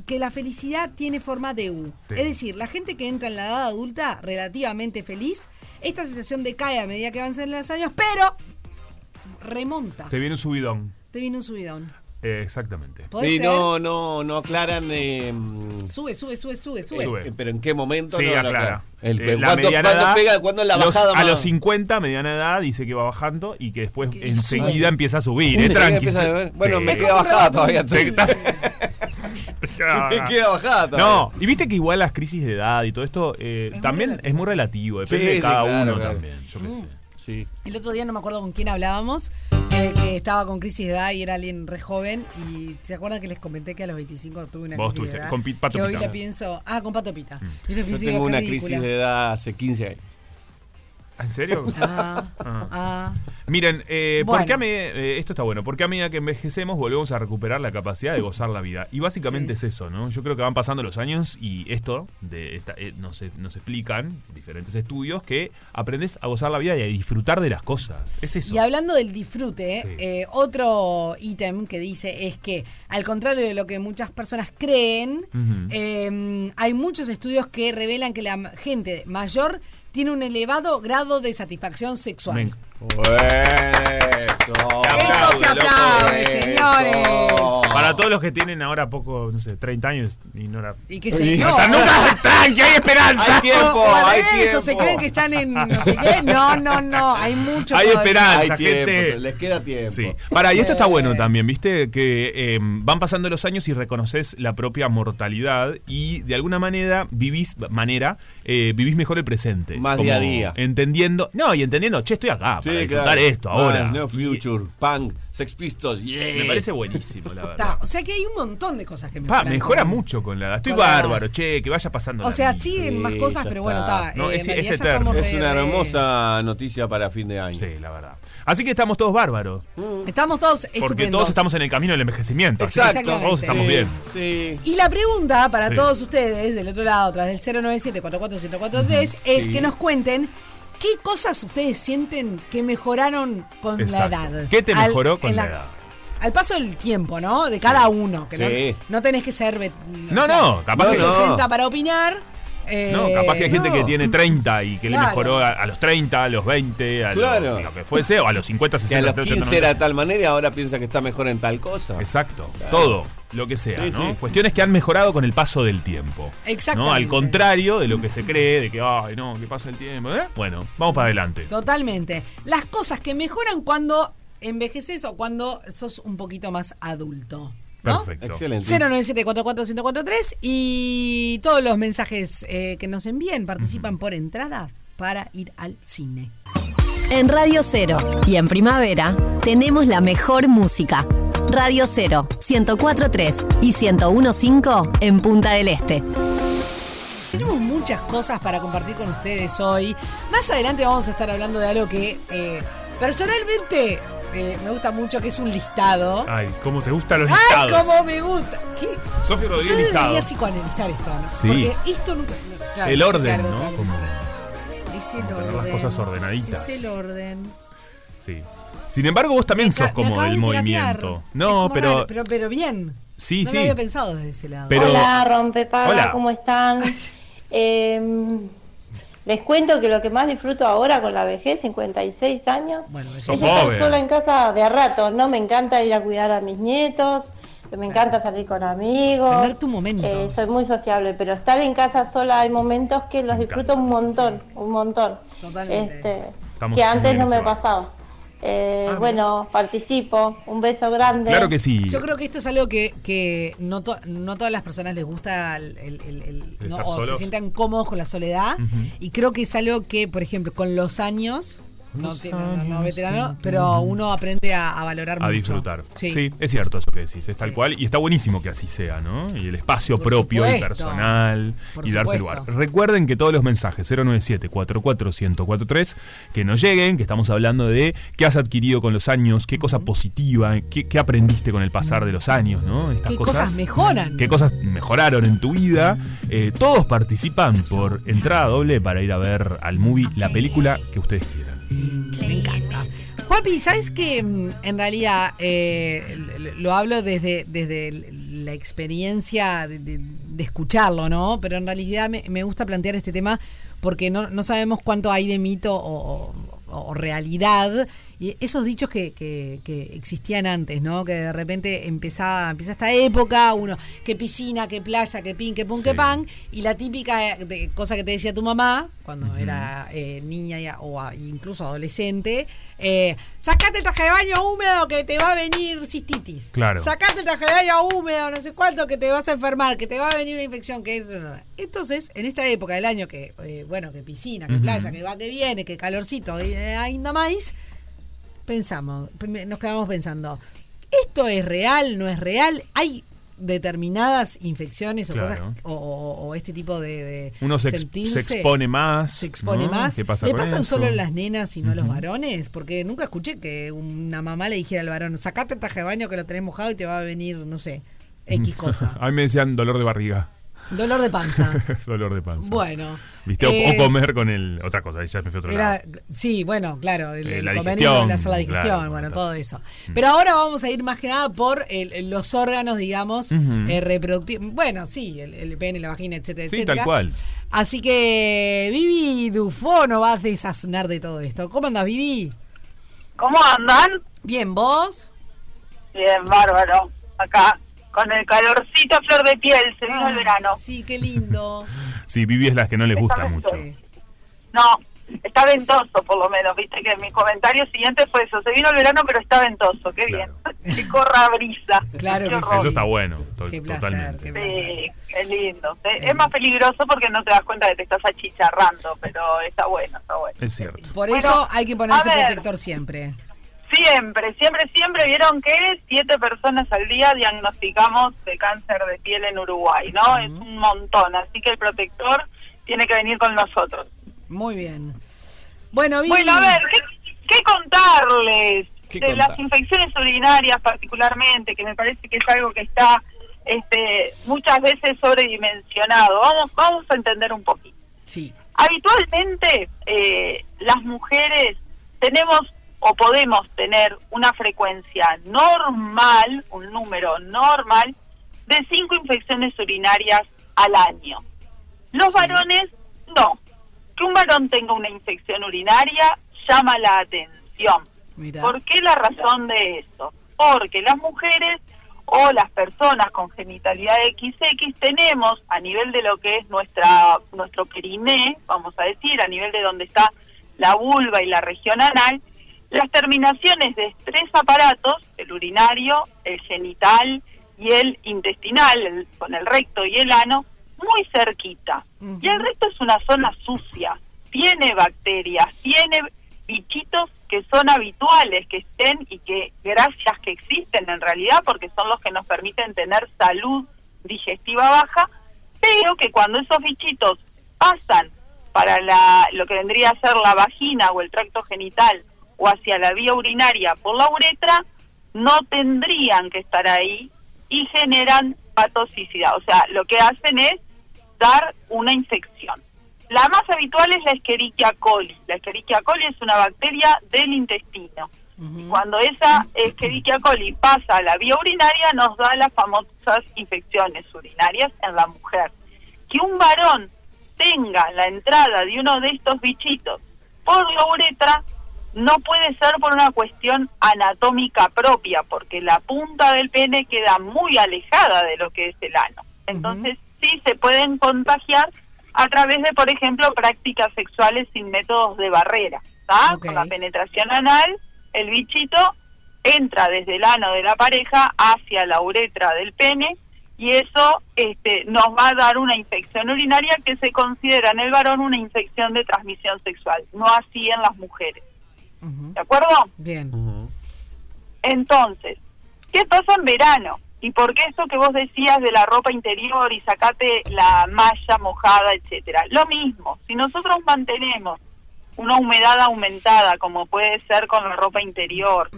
que la felicidad tiene forma de U.
Sí.
Es decir, la gente que entra en la edad adulta relativamente feliz, esta sensación decae a medida que avanzan los años, pero remonta.
Te viene un subidón.
Te viene un subidón.
Eh, exactamente.
¿Podés
Sí,
creer?
no, no, no aclaran. eh, mm,
Sube, sube, sube, sube, sube.
Sube.
eh, pero en qué momento.
Sí,
no lo
aclara.
El,
Eh, la
¿cuándo,
mediana
cuándo
edad,
pega? ¿Cuándo es la
los-
bajada?
a
más?
los 50, mediana edad, dice que va bajando y que después
Que sube.
enseguida empieza a subir.
Sí,
eh, tranqui.
empieza a ver. Bueno,
Sí.
me queda bajada todavía.
Te-
entonces.
estás- te queda-
me queda bajada eh. todavía.
Ah. No, y viste que igual las crisis de edad y todo esto eh, también es muy relativo, depende
Sí,
de
sí,
cada
claro,
uno
claro.
también. Yo qué
Mm.
sé.
Sí.
El otro día no me acuerdo con quién hablábamos, eh, que estaba con crisis de edad y era alguien re joven. Y ¿se acuerdan que les comenté que a los 25 tuve una
Vos
crisis de
tuviste,
edad?
con Pi- Pato Mm.
que hoy
Pita.
la pienso, ah, con Pato Pita. Y la
Yo
pienso,
tengo
"Qué
una
ridícula".
crisis de edad hace 15 años.
¿En serio?
Ah, ah.
Miren, eh,
Bueno.
porque a medida- eh, esto está bueno, porque a medida que envejecemos volvemos a recuperar la capacidad de gozar la vida. Y básicamente es eso, ¿no? Yo creo que van pasando los años y esto de esta, eh, nos, nos explican diferentes estudios que aprendes a gozar la vida y a disfrutar de las cosas. Es eso.
Y hablando del disfrute,
Sí.
eh, otro ítem que dice es que, al contrario de lo que muchas personas creen, eh, hay muchos estudios que revelan que la m- gente mayor tiene un elevado grado de satisfacción sexual.
Me-
Eso.
Esto se aplaude, señores.
Para todos los que tienen ahora poco, no sé, 30 años y no la...
Y que se. no,
Hasta nunca se tranqui, hay esperanza.
Hay tiempo,
o al
hay
revés,
tiempo.
o se creen que están en no sé qué. No, no, no. Hay mucho.
Hay
todavía.
esperanza.
Hay
Esa
tiempo,
gente-
les queda tiempo.
Sí. Para, y esto está
Sí.
bueno también, ¿viste? Que eh, van pasando los años y reconoces la propia mortalidad y de alguna manera vivís, manera, eh, vivís mejor el presente.
Más día a día.
Entendiendo, no, y entendiendo, che, estoy acá.
Sí,
Ah, para disfrutar esto ahora.
No Future, Punk, Sex Pistols, yeah.
Me parece buenísimo, la verdad.
Ta, o sea que hay un montón de cosas que
Pa,
mejoran.
mejora
con-
mucho con la edad. Estoy
con la edad.
bárbaro, che, que vaya pasando.
O
la
sea,
vida.
siguen más
Sí,
cosas,
ya
pero bueno,
está.
está.
No, es-
María,
es
ya
eterno.
estamos
Es
re-
una
re-
hermosa noticia para fin de año.
Sí, la verdad. Así que estamos todos bárbaros.
Estamos todos
Porque
estupendos.
todos estamos en el camino del envejecimiento. así que
Exacto.
Todos estamos bien.
Sí.
Y la pregunta para
Sí.
todos ustedes del otro lado, tras del 097-44143, es
Sí.
que nos cuenten qué cosas ustedes sienten que mejoraron con
Exacto.
la edad.
¿Qué te
Al-
mejoró con
en
la edad?
Al paso del tiempo, ¿no? De cada uno. Que no-
Sí.
no, tenés que ser. vet- o
No,
sea,
no, capaz
unos
que no.
60 para opinar. eh,
No, capaz que hay gente
no.
que tiene 30 y que
Claro.
le mejoró a, a los 30, a los 20, a
Claro.
lo, lo que fuese, o a los 50,
Que a
60,
los
70,
15 era de
90.
tal manera y ahora piensa que está mejor en tal cosa.
Exacto, todo, lo que sea,
Sí,
¿no?
sí.
Cuestiones que han mejorado con el paso del tiempo. ¿no?
Exactamente.
Al contrario de lo que se cree, de que, ay, no, que pasa el tiempo, ¿eh? Bueno, vamos para adelante.
Totalmente. Las cosas que mejoran cuando envejeces o cuando sos un poquito más adulto. ¿no?
Perfecto.
Excelente.
097-44143 y todos los mensajes eh, que nos envíen participan por entradas para ir al cine.
En Radio Cero y en Primavera tenemos la mejor música. Radio Cero, 104.3 y 101.5 en Punta del Este.
Tenemos muchas cosas para compartir con ustedes hoy. Más adelante vamos a estar hablando de algo que eh, personalmente eh, me gusta mucho, que es un listado.
Ay, cómo te gustan los
¡Ay,
listados.
cómo me gusta! ¿Qué?
Sofía Rodríguez
Yo
listado.
debería psicoanalizar esto, ¿no?
Sí.
Porque esto nunca... no, claro,
El
es algo
orden, ¿no?
tan-
Como,
Es el
tener
orden.
las cosas ordenaditas.
Es el orden.
sí. Sin embargo, vos también
Ca-
sos
me
como
acabas
del
de terapiar.
movimiento.
Es
No,
como
pero,
raro, pero. pero bien.
Sí,
no
sí.
lo había pensado desde ese lado.
Pero-
Hola, rompepaga,
Hola.
¿cómo están? Em, les cuento que lo que más disfruto ahora con la vejez, 56 años,
Bueno,
es
Sos
estar
joven.
sola en casa de a rato, ¿no? Me encanta ir a cuidar a mis nietos, me encanta salir con amigos.
Tener tu momento.
eh, soy muy sociable, pero estar en casa sola hay momentos que los
Me
disfruto
encanta,
un montón, un montón.
Totalmente.
Este,
Estamos
que antes
muy en
no
ese
me
barco.
pasaba. Eh,
Ah,
bueno, participo. Un beso grande.
claro que sí.
yo creo que esto es algo que, que no, to- no todas las personas les gusta el, el- el- el-
El
no,
estar
o se
solos.
sientan cómodos con la soledad. Y creo que es algo que, por ejemplo, con los años, no,
Los
te- no- no- no
años
veterano,
te-
pero uno aprende a, a valorar
a
mucho.
disfrutar.
Sí.
Sí. es cierto eso que decís, es tal
Sí.
cual y está buenísimo que así sea, ¿no? Y el espacio
Por
propio y
supuesto.
personal
Por
y darse
supuesto.
lugar. Recuerden que todos los mensajes 097 1043 que nos lleguen, que estamos hablando de qué has adquirido con los años, qué cosa positiva, qué, qué aprendiste con el pasar de los años, ¿no? Estas
¿Qué cosas mejoran?
¿Qué cosas mejoraron en tu vida? Eh, todos participan por entrada doble para ir a ver al movie la película que ustedes quieran.
Me encanta. Juapi, ¿sabes que mm, en realidad eh, lo- lo hablo desde, desde la experiencia de, de- de escucharlo, ¿no? Pero en realidad me, me gusta plantear este tema porque no, no sabemos cuánto hay de mito o, o- o realidad. Y esos dichos que, que- que existían antes, ¿no? Que de repente empezaba, empieza esta época, uno, que piscina, que playa, que pin, que pun, que
Sí.
pan, y la típica eh, de- cosa que te decía tu mamá cuando era eh, niña y a- o a- incluso adolescente, eh, sacate el traje de baño húmedo que te va a venir cistitis.
Claro.
Sacate el traje de baño húmedo, no sé cuánto, que te vas a enfermar, que te va a venir una infección. que Entonces, en esta época del año que, eh, bueno, que piscina, que playa, que va, que viene, que calorcito, y eh, ainda más, pensamos, prim- nos quedamos pensando, ¿esto es real? ¿No es real? ¿Hay determinadas infecciones o
Claro.
cosas o, o- o este tipo de, de
Uno se, ex-
sentirse-
se expone más.
se expone
¿no?
más.
¿Qué pasa
¿Le
con
pasan
eso?
solo las nenas y no a los varones? Porque nunca escuché que una mamá le dijera al varón, sacate el traje de baño que lo tenés mojado y te va a venir, no sé, X cosa.
A mí me decían dolor de barriga.
Dolor de panza.
dolor de panza.
Bueno.
Viste, o-
eh,
o comer con el. Otra cosa, ahí ya me fui a otro
Era-
lado.
sí, bueno, claro, el,
Eh,
el
la
convenio de
digestión,
hacer la digestión,
claro,
bueno,
bueno,
todo
entonces. Mm.
eso. Pero ahora vamos a ir más que nada por el- el- los órganos, digamos, eh, reproductivos. Bueno, sí, el, el pene, la vagina, etcétera,
Sí,
etcétera.
tal cual.
Así que, Vivi Dufo, no vas a desaznar de todo esto. ¿Cómo andas, Vivi?
¿Cómo andan?
Bien, ¿vos?
Bien, bárbaro. Acá, con el calorcito a flor de piel, se vino
Ah,
el verano.
Sí, qué lindo.
Sí, Vivi es las que no les gusta
Exacto.
mucho.
Sí.
No, está ventoso por lo menos, viste que mi comentario siguiente fue eso, se vino el verano pero está ventoso, qué
Claro.
bien, que corra brisa.
Claro
Qué
que
horror.
Eso está bueno, to-
Qué placer,
totalmente.
qué
Sí, es lindo. Eh, Es más peligroso porque no te das cuenta que te estás achicharrando, pero está bueno, está bueno.
Es cierto.
Por
Bueno,
eso hay que ponerse
a ver.
protector siempre.
Siempre, siempre, siempre vieron que siete personas al día diagnosticamos de cáncer de piel en Uruguay, ¿no? Es un montón, así que el protector tiene que venir con nosotros.
Muy bien. Bueno, Vivi.
Bueno, a ver, ¿qué, qué contarles?
¿Qué
de
contar?
las infecciones urinarias particularmente, que me parece que es algo que está este, muchas veces sobredimensionado. Vamos, vamos a entender un poquito.
Sí.
Habitualmente eh, las mujeres tenemos o podemos tener una frecuencia normal, un número normal, de cinco infecciones urinarias al año. Los varones no. Que un varón tenga una infección urinaria llama la atención.
Mirá.
¿Por qué la razón de eso? Porque las mujeres o las personas con genitalidad XX tenemos a nivel de lo que es nuestra nuestro periné, vamos a decir, a nivel de donde está la vulva y la región anal, las terminaciones de tres aparatos, el urinario, el genital y el intestinal, el- con el recto y el ano, muy cerquita. Y el recto es una zona sucia, tiene bacterias, tiene bichitos que son habituales, que estén y que gracias que existen en realidad, porque son los que nos permiten tener salud digestiva baja, pero que cuando esos bichitos pasan para la, lo que vendría a ser la vagina o el tracto genital o hacia la vía urinaria por la uretra, no tendrían que estar ahí y generan patosicidad. O sea, lo que hacen es dar una infección. La más habitual es la Escherichia coli. La Escherichia coli es una bacteria del intestino. Y Cuando esa Escherichia coli pasa a la vía urinaria, nos da las famosas infecciones urinarias en la mujer. Que un varón tenga la entrada de uno de estos bichitos por la uretra no puede ser por una cuestión anatómica propia, porque la punta del pene queda muy alejada de lo que es el ano. Entonces, sí se pueden contagiar a través de, por ejemplo, prácticas sexuales sin métodos de barrera. ¿tá?
Ok.
Con la penetración anal, el bichito entra desde el ano de la pareja hacia la uretra del pene y eso este, nos va a dar una infección urinaria que se considera en el varón una infección de transmisión sexual, no así en las mujeres. ¿De acuerdo?
Bien.
Entonces, ¿qué pasa en verano? ¿Y por qué eso que vos decías de la ropa interior y sacate la malla mojada, etcétera? Lo mismo, si nosotros mantenemos una humedad aumentada, como puede ser con la ropa interior,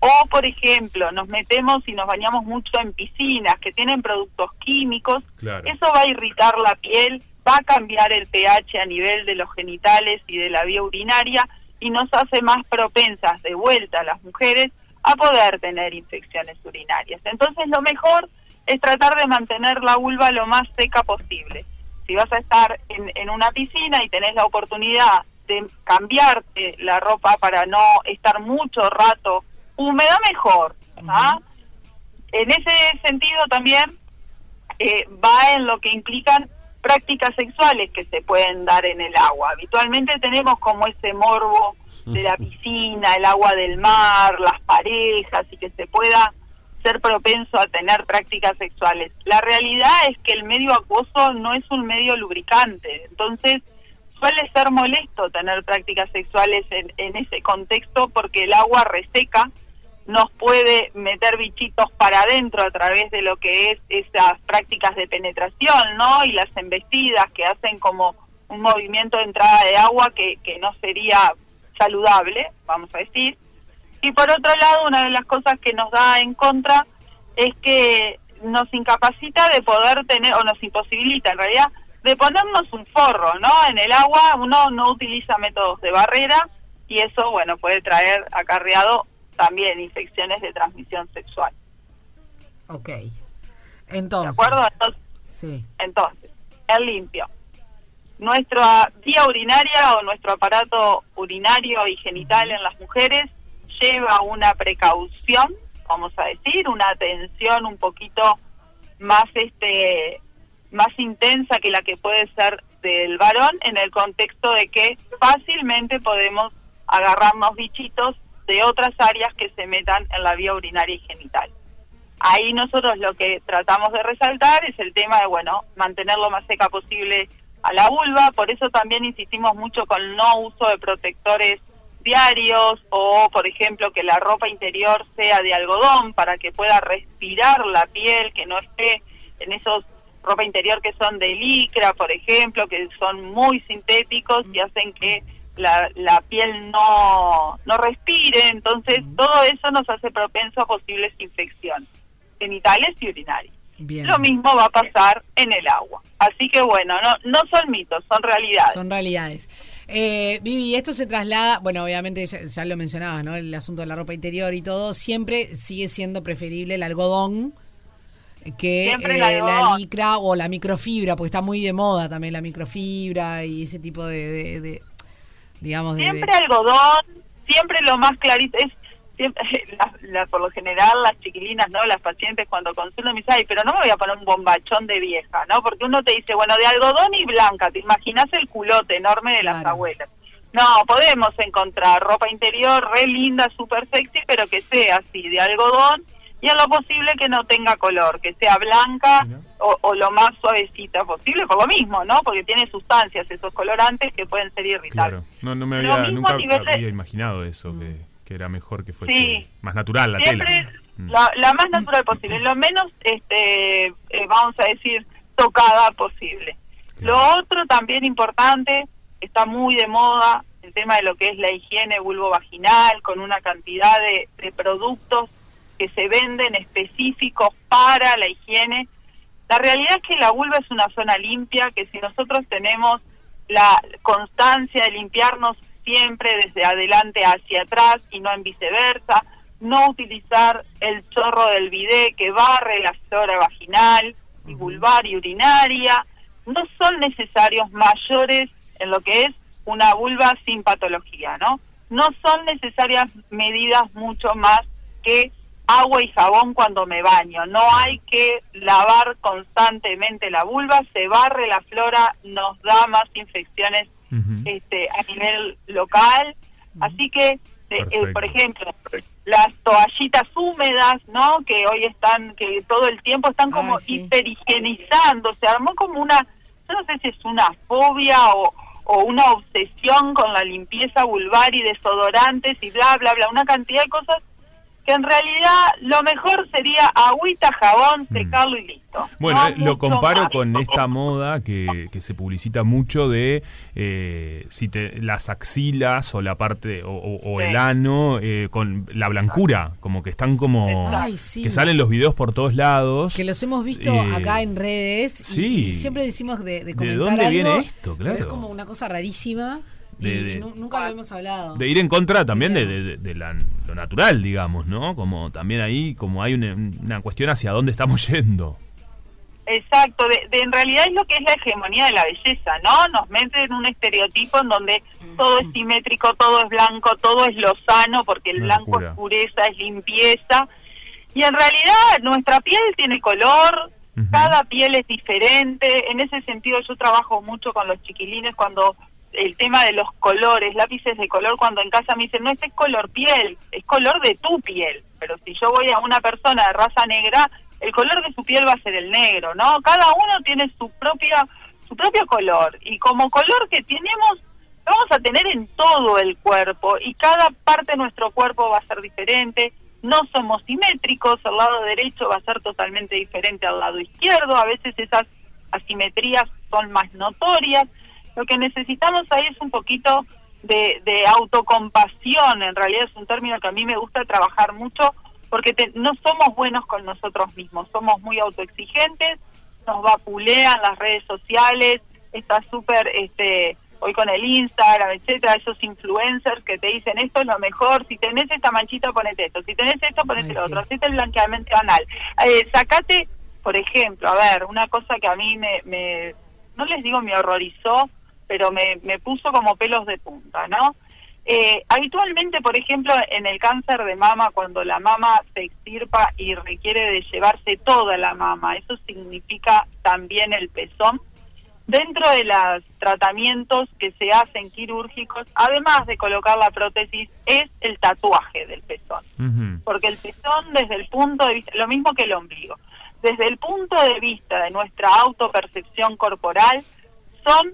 o por ejemplo, nos metemos y nos bañamos mucho en piscinas que tienen productos químicos,
Claro.
eso va a irritar la piel, va a cambiar el pH a nivel de los genitales y de la vía urinaria y nos hace más propensas de vuelta a las mujeres a poder tener infecciones urinarias. Entonces lo mejor es tratar de mantener la vulva lo más seca posible. Si vas a estar en, en una piscina y tenés la oportunidad de cambiarte la ropa para no estar mucho rato húmeda, mejor. ¿ah? En ese sentido también eh, va en lo que implican prácticas sexuales que se pueden dar en el agua. Habitualmente tenemos como ese morbo de la piscina, el agua del mar, las parejas y que se pueda ser propenso a tener prácticas sexuales. La realidad es que el medio acuoso no es un medio lubricante, entonces suele ser molesto tener prácticas sexuales en, en ese contexto porque el agua reseca, nos puede meter bichitos para adentro a través de lo que es esas prácticas de penetración, ¿no? Y las embestidas que hacen como un movimiento de entrada de agua que, que no sería saludable, vamos a decir. Y por otro lado, una de las cosas que nos da en contra es que nos incapacita de poder tener, o nos imposibilita en realidad, de ponernos un forro, ¿no? En el agua uno no utiliza métodos de barrera y eso, bueno, puede traer acarreado también infecciones de transmisión sexual.
Ok.
¿De
Entonces.
acuerdo? Entonces,
Sí.
entonces, el limpio. Nuestra vía urinaria o nuestro aparato urinario y genital en las mujeres lleva una precaución, vamos a decir, una atención un poquito más este más intensa que la que puede ser del varón en el contexto de que fácilmente podemos agarrarnos bichitos de otras áreas que se metan en la vía urinaria y genital. Ahí nosotros lo que tratamos de resaltar es el tema de, bueno, mantener lo más seca posible a la vulva, por eso también insistimos mucho con no uso de protectores diarios o, por ejemplo, que la ropa interior sea de algodón para que pueda respirar la piel, que no esté en esos ropa interior que son de licra, por ejemplo, que son muy sintéticos y hacen que la, la piel no, no respire, entonces todo eso nos hace propenso a posibles infecciones genitales y urinarias.
Bien.
Lo mismo va a pasar en el agua. Así que bueno, no, no son mitos, son realidades.
Son realidades. Eh, Vivi, esto se traslada, bueno, obviamente ya, ya lo mencionabas, ¿no? El asunto de la ropa interior y todo, siempre sigue siendo preferible el algodón que eh,
Siempre el algodón.
la licra o la microfibra, porque está muy de moda también la microfibra y ese tipo de, de- de- digamos, de- de-
Siempre algodón, siempre lo más clarito. Es, siempre, la- la- por lo general, las chiquilinas, ¿no? Las pacientes cuando consultan me dicen, ay, pero no me voy a poner un bombachón de vieja, ¿no? Porque uno te dice, bueno, de algodón y blanca, ¿te imaginas el culote enorme de las
Claro.
abuelas? No, podemos encontrar ropa interior re linda, súper sexy, pero que sea así, de algodón y a lo posible que no tenga color, que sea blanca
Mira.
o, o lo más suavecita posible, por lo mismo, ¿no? Porque tiene sustancias, esos colorantes que pueden ser irritantes.
Claro. No, no me
Lo
había,
mismo
nunca
a nivel de-
había imaginado eso, que, que era mejor que fuese
Sí.
más natural la
siempre
tela. Mm.
la, la más natural posible, lo menos, este, eh, vamos a decir, tocada posible. Lo otro también importante, está muy de moda el tema de lo que es la higiene vulvovaginal, con una cantidad de, de productos que se venden específicos para la higiene. La realidad es que la vulva es una zona limpia, que si nosotros tenemos la constancia de limpiarnos siempre desde adelante hacia atrás y no en viceversa, no utilizar el chorro del bidé que barre la flora vaginal y vulvar y urinaria, no son necesarios mayores en lo que es una vulva sin patología, ¿no? No son necesarias medidas mucho más que agua y jabón cuando me baño. No hay que lavar constantemente la vulva, se barre la flora, nos da más infecciones
Ujú.
este, a nivel local. Así que, de- eh,
Perfecto.
por ejemplo, las toallitas húmedas, ¿no? Que hoy están, que todo el tiempo están como
Ah, sí.
hiperhigienizando. Se armó como una, yo no sé si es una fobia o, o una obsesión con la limpieza vulvar y desodorantes y bla, bla, bla. Una cantidad de cosas que en realidad lo mejor sería agüita, jabón, secarlo y listo.
Mm. Bueno,
No
eh,
Ah,
lo
mucho
comparo
más.
con este esta moda que, que se publicita mucho de eh, si te, las axilas o la parte o, o- o
Sí.
el ano eh, con la blancura, como que están como
Ay, sí.
Ah, que salen los videos por todos lados.
que los hemos visto
Eh,
acá en redes y,
sí.
y siempre decimos de, de
¿De
comentar
dónde
algo,
viene esto?
pero es
Claro.
como una cosa rarísima y,
De- de-
y nu- nunca lo hemos hablado.
De ir en contra también de, de- de la- lo natural, digamos, ¿no? Como también ahí, como hay una, una cuestión hacia dónde estamos yendo.
Exacto, de, de- en realidad es lo que es la hegemonía de la belleza, ¿no? Nos meten en un estereotipo en donde todo es simétrico, todo es blanco, todo es lozano, porque el
Una
blanco
locura.
es pureza, es limpieza. Y en realidad nuestra piel tiene color,
Ujú.
cada piel es diferente. En ese sentido yo trabajo mucho con los chiquilines cuando el tema de los colores, lápices de color, cuando en casa me dicen, no, este es color piel, es color de tu piel. Pero si yo voy a una persona de raza negra, el color de su piel va a ser el negro, ¿no? Cada uno tiene su propia su propio color y como color que tenemos lo vamos a tener en todo el cuerpo y cada parte de nuestro cuerpo va a ser diferente. No somos simétricos, el lado derecho va a ser totalmente diferente al lado izquierdo, a veces esas asimetrías son más notorias. Lo que necesitamos ahí es un poquito de, de autocompasión, en realidad es un término que a mí me gusta trabajar mucho porque te- no somos buenos con nosotros mismos, somos muy autoexigentes, nos vapulean las redes sociales, está súper, este, hoy con el Instagram, etcétera, esos influencers que te dicen esto es lo mejor, si tenés esta manchita ponete esto, si tenés esto ponete
Ay,
lo
sí.
otro, hacete el blanqueamiento anal, eh, sacate, por ejemplo, a ver, una cosa que a mí me, me- no les digo me horrorizó, pero me, me puso como pelos de punta, ¿no? Eh, habitualmente, por ejemplo, en el cáncer de mama, cuando la mama se extirpa y requiere de llevarse toda la mama, eso significa también el pezón. Dentro de los tratamientos que se hacen quirúrgicos, además de colocar la prótesis, es el tatuaje del pezón.
Mm.
Ujú.
Porque el pezón desde el punto de vista, lo mismo que el ombligo, desde el punto de vista de nuestra autopercepción corporal, son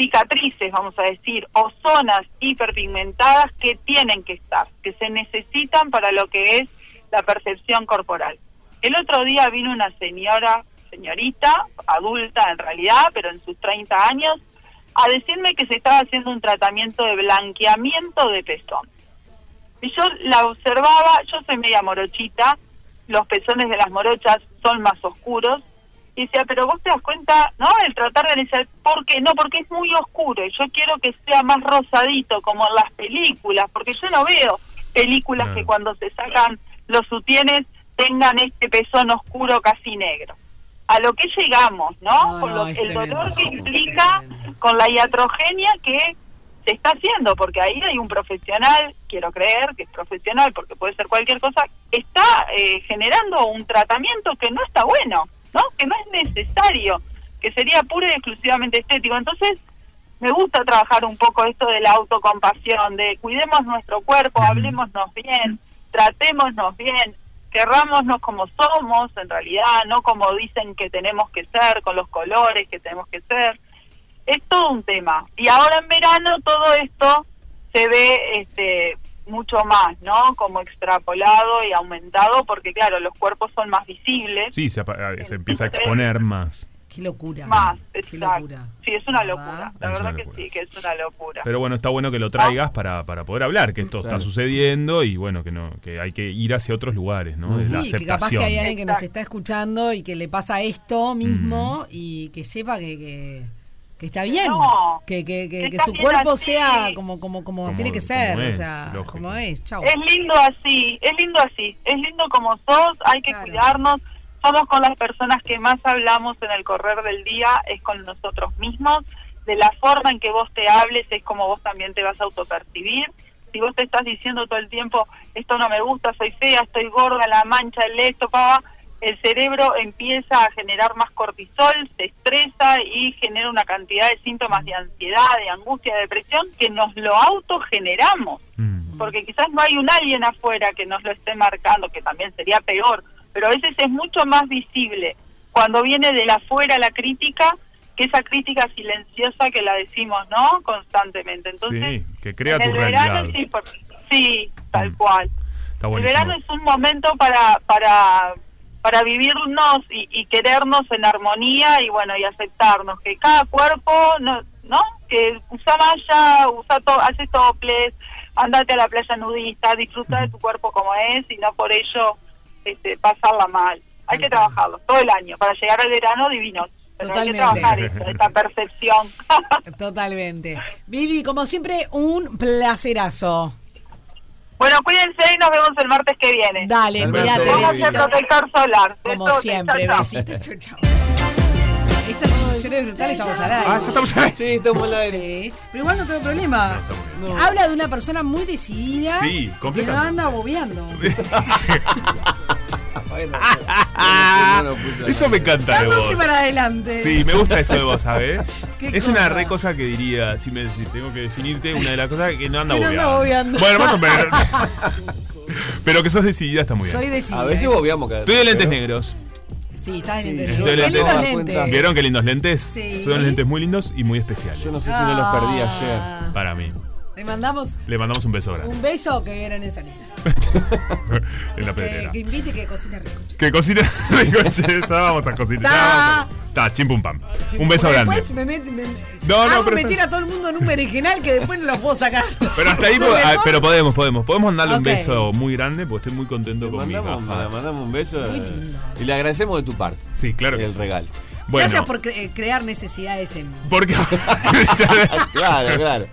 cicatrices, vamos a decir, o zonas hiperpigmentadas que tienen que estar, que se necesitan para lo que es la percepción corporal. El otro día vino una señora, señorita, adulta en realidad, pero en sus 30 años, a decirme que se estaba haciendo un tratamiento de blanqueamiento de pezón. Y yo la observaba, yo soy media morochita, los pezones de las morochas son más oscuros. Y decía, pero vos te das cuenta, ¿no? El tratar de analizar, ¿por qué? No, porque es muy oscuro y yo quiero que sea más rosadito, como en las películas, porque yo no veo películas
Claro.
que cuando se sacan los sutienes tengan este pezón oscuro casi negro. A lo que llegamos, ¿no?
No,
Con
no,
lo- el
es
dolor
tremendo.
que implica con la iatrogenia que se está haciendo, porque ahí hay un profesional, quiero creer que es profesional, porque puede ser cualquier cosa, está eh, generando un tratamiento que no está bueno, ¿no? que no es necesario, que sería puro y exclusivamente estético. Entonces, me gusta trabajar un poco esto de la autocompasión, de cuidemos nuestro cuerpo, hablemosnos bien, tratémonos bien, querrámonos como somos en realidad, no como dicen que tenemos que ser, con los colores que tenemos que ser es todo un tema. Y ahora en verano todo esto se ve este mucho más, ¿no? Como extrapolado y aumentado, porque claro, los cuerpos son más visibles.
Sí, se, apa- se empieza a exponer más.
Qué locura.
Más,
Qué
exacto.
locura.
Sí, es una
¿Verdad?
locura. La
Es
verdad
una
que
locura.
sí, que es una locura.
Pero bueno, está bueno que lo
Ah.
traigas para, para poder hablar, que esto está
Claro.
sucediendo y bueno, que no que hay que ir hacia otros lugares, ¿no? De la
Sí, que capaz que
aceptación.
hay alguien que nos está escuchando y que le pasa esto mismo y que sepa que, que, que está bien.
No,
que, que, que,
que
que
está
su
bien
cuerpo
así.
sea como, como, como,
Como-
tiene que
como
ser, o
es,
sea,
lógico.
como es. Chau.
Es lindo así, es lindo así, es lindo como sos, hay que
Claro.
cuidarnos. Somos con las personas que más hablamos en el correr del día, es con nosotros mismos. De la forma en que vos te hables es como vos también te vas a autopercibir. Si vos te estás diciendo todo el tiempo, esto no me gusta, soy fea, estoy gorda, la mancha, el esto, pa, el cerebro empieza a generar más cortisol, se estresa y genera una cantidad de síntomas de ansiedad, de angustia, de depresión que nos lo autogeneramos
Mm.
porque quizás no hay un alguien afuera que nos lo esté marcando, que también sería peor, pero a veces es mucho más visible cuando viene de la afuera la crítica, que esa crítica silenciosa que la decimos, ¿no? Constantemente. Entonces,
Sí, que crea
en
tu
el verano,
realidad.
sí, por- sí, tal
Mm.
cual.
Está
El
buenísimo.
verano es un momento para para para vivirnos y, y querernos en armonía y bueno y aceptarnos que cada cuerpo no no que usa malla usa to, hace toples andate a la playa nudista disfruta de tu cuerpo como es y no por ello este, pasarla mal hay que trabajarlo todo el año para llegar al verano divino pero hay
Totalmente.
que trabajar esto, esta percepción
Totalmente. Vivi, como siempre, un placerazo.
bueno cuídense y nos vemos el martes que viene
Dale,
Abrazo.
cuídate.
Pónganse
pónganse
Vivi.
protector solar
Como
Besotes,
siempre,
chau, chau.
besitos. Chau, chau. Besitos. Estas situaciones brutales estamos al aire.
Ah, ya estamos
Sí, estamos al aire.
Sí, pero igual no tengo problema.
estamos
No. Habla de una persona muy decidida
Sí,
que no
completamente.
anda bobeando.
Bueno, bueno, bueno, puso
Eso me encanta de
Dándose
vos.
para adelante.
Sí, me gusta eso de vos, ¿sabes?
Qué
Es una
cosa.
re cosa que diría, si, me, si tengo que definirte, una de las cosas que no anda
Que no anda bobeando.
Bueno, más o menos. Pero que sos decidida está muy bien.
Soy decidida.
A veces
eso sí.
bobeamos cada
Estoy de lentes negros.
Sí, estás
Sí,
en
yo
lentes.
estoy
Qué
lentes.
lindos
Me
lentes.
da cuenta.
¿Vieron qué lindos lentes?
Sí.
Son unos lentes muy lindos y muy especiales.
Yo no sé si no los perdí ayer.
Ah,
Para mí.
Le mandamos
Le mandamos un beso grande.
un beso que vieran esas nenas.
en la
Que,
pedrera.
que invite y que cocine rico.
Que cocina rico, che, ya vamos a cocinar. ya
Ta. Ah,
vamos a- Ta, chim pum pam. Un beso
Porque
grande.
Después me, met- me- me-
No, no,
hago
pero-
meter a todo el mundo en un berenjenal que después no los puedo sacar.
Pero hasta ahí,
Se
po-
me
ah,
pone-
pero podemos, podemos. Podemos mandarle
Ok.
un beso muy grande porque estoy muy contento
Le
con mis
mandamos, le
gafas.
mandamos un beso
lindo.
y le agradecemos de tu parte
Sí, claro que
el
sí.
regalo.
Bueno.
Gracias por cre- crear necesidades en mí.
Porque.
Ah, claro, claro.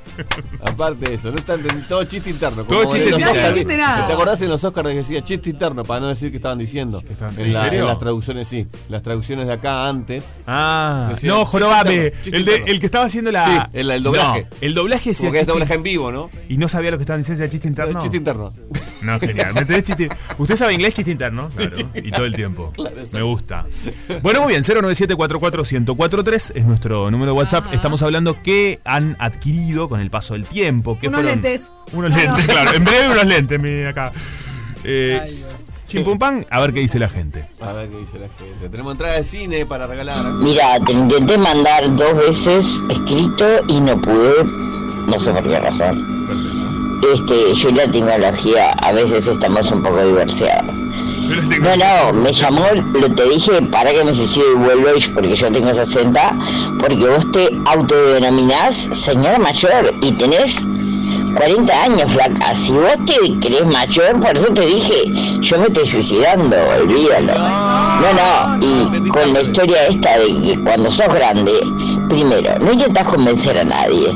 Aparte de eso, no está entendido. Todo chiste interno.
Todo
como
chiste
en los
interno.
Oscar,
Nadie
entiende
¿viste?
nada.
¿Te acordás en los Oscars que decía chiste interno para no decir que estaban diciendo?
Estaban-
en,
¿En
la-
serio?
en las traducciones, sí. Las traducciones de acá antes.
Ah,
Decía,
no,
chiste
jorobame.
interno, chiste
El, de-
interno.
el que estaba haciendo la.
Sí, el- el doblaje.
No, el doblaje decía
Como que es
chiste-
doblaje en vivo, ¿no?
Y no sabía lo que estaban diciendo, decía chiste interno.
Chiste interno.
No, genial. ¿Me entendés? Chiste- Usted sabe inglés, chiste interno. Claro. Y todo el tiempo. Me gusta. Bueno, muy bien. 097-44-1043 es nuestro número de WhatsApp. Estamos hablando qué han adquirido con el paso del tiempo. ¿Qué
Unos
fueron?
lentes.
Unos
No,
lentes,
no.
claro. En breve, unos lentes, miren acá. Eh,
Ay, Dios.
chim, pum, pam. A ver qué dice la gente.
A ver qué dice la gente. Tenemos entrada de cine para regalar.
Mira, te lo intenté mandar dos veces escrito y no pude, no sé por qué razón.
Perfecto.
Este, yo y la tecnología a veces estamos un poco divorciados.
Yo les tengo-
No, no, me llamó, lo te dije para que me suicide y vuelvo y- porque yo tengo 60, porque vos te autodenominás señor mayor y tenés 40 años, flaca. Si vos te crees mayor, por eso te dije, yo me estoy suicidando, olvídalo. No, no, y con la historia esta de que cuando sos grande, primero, no intentas convencer a nadie.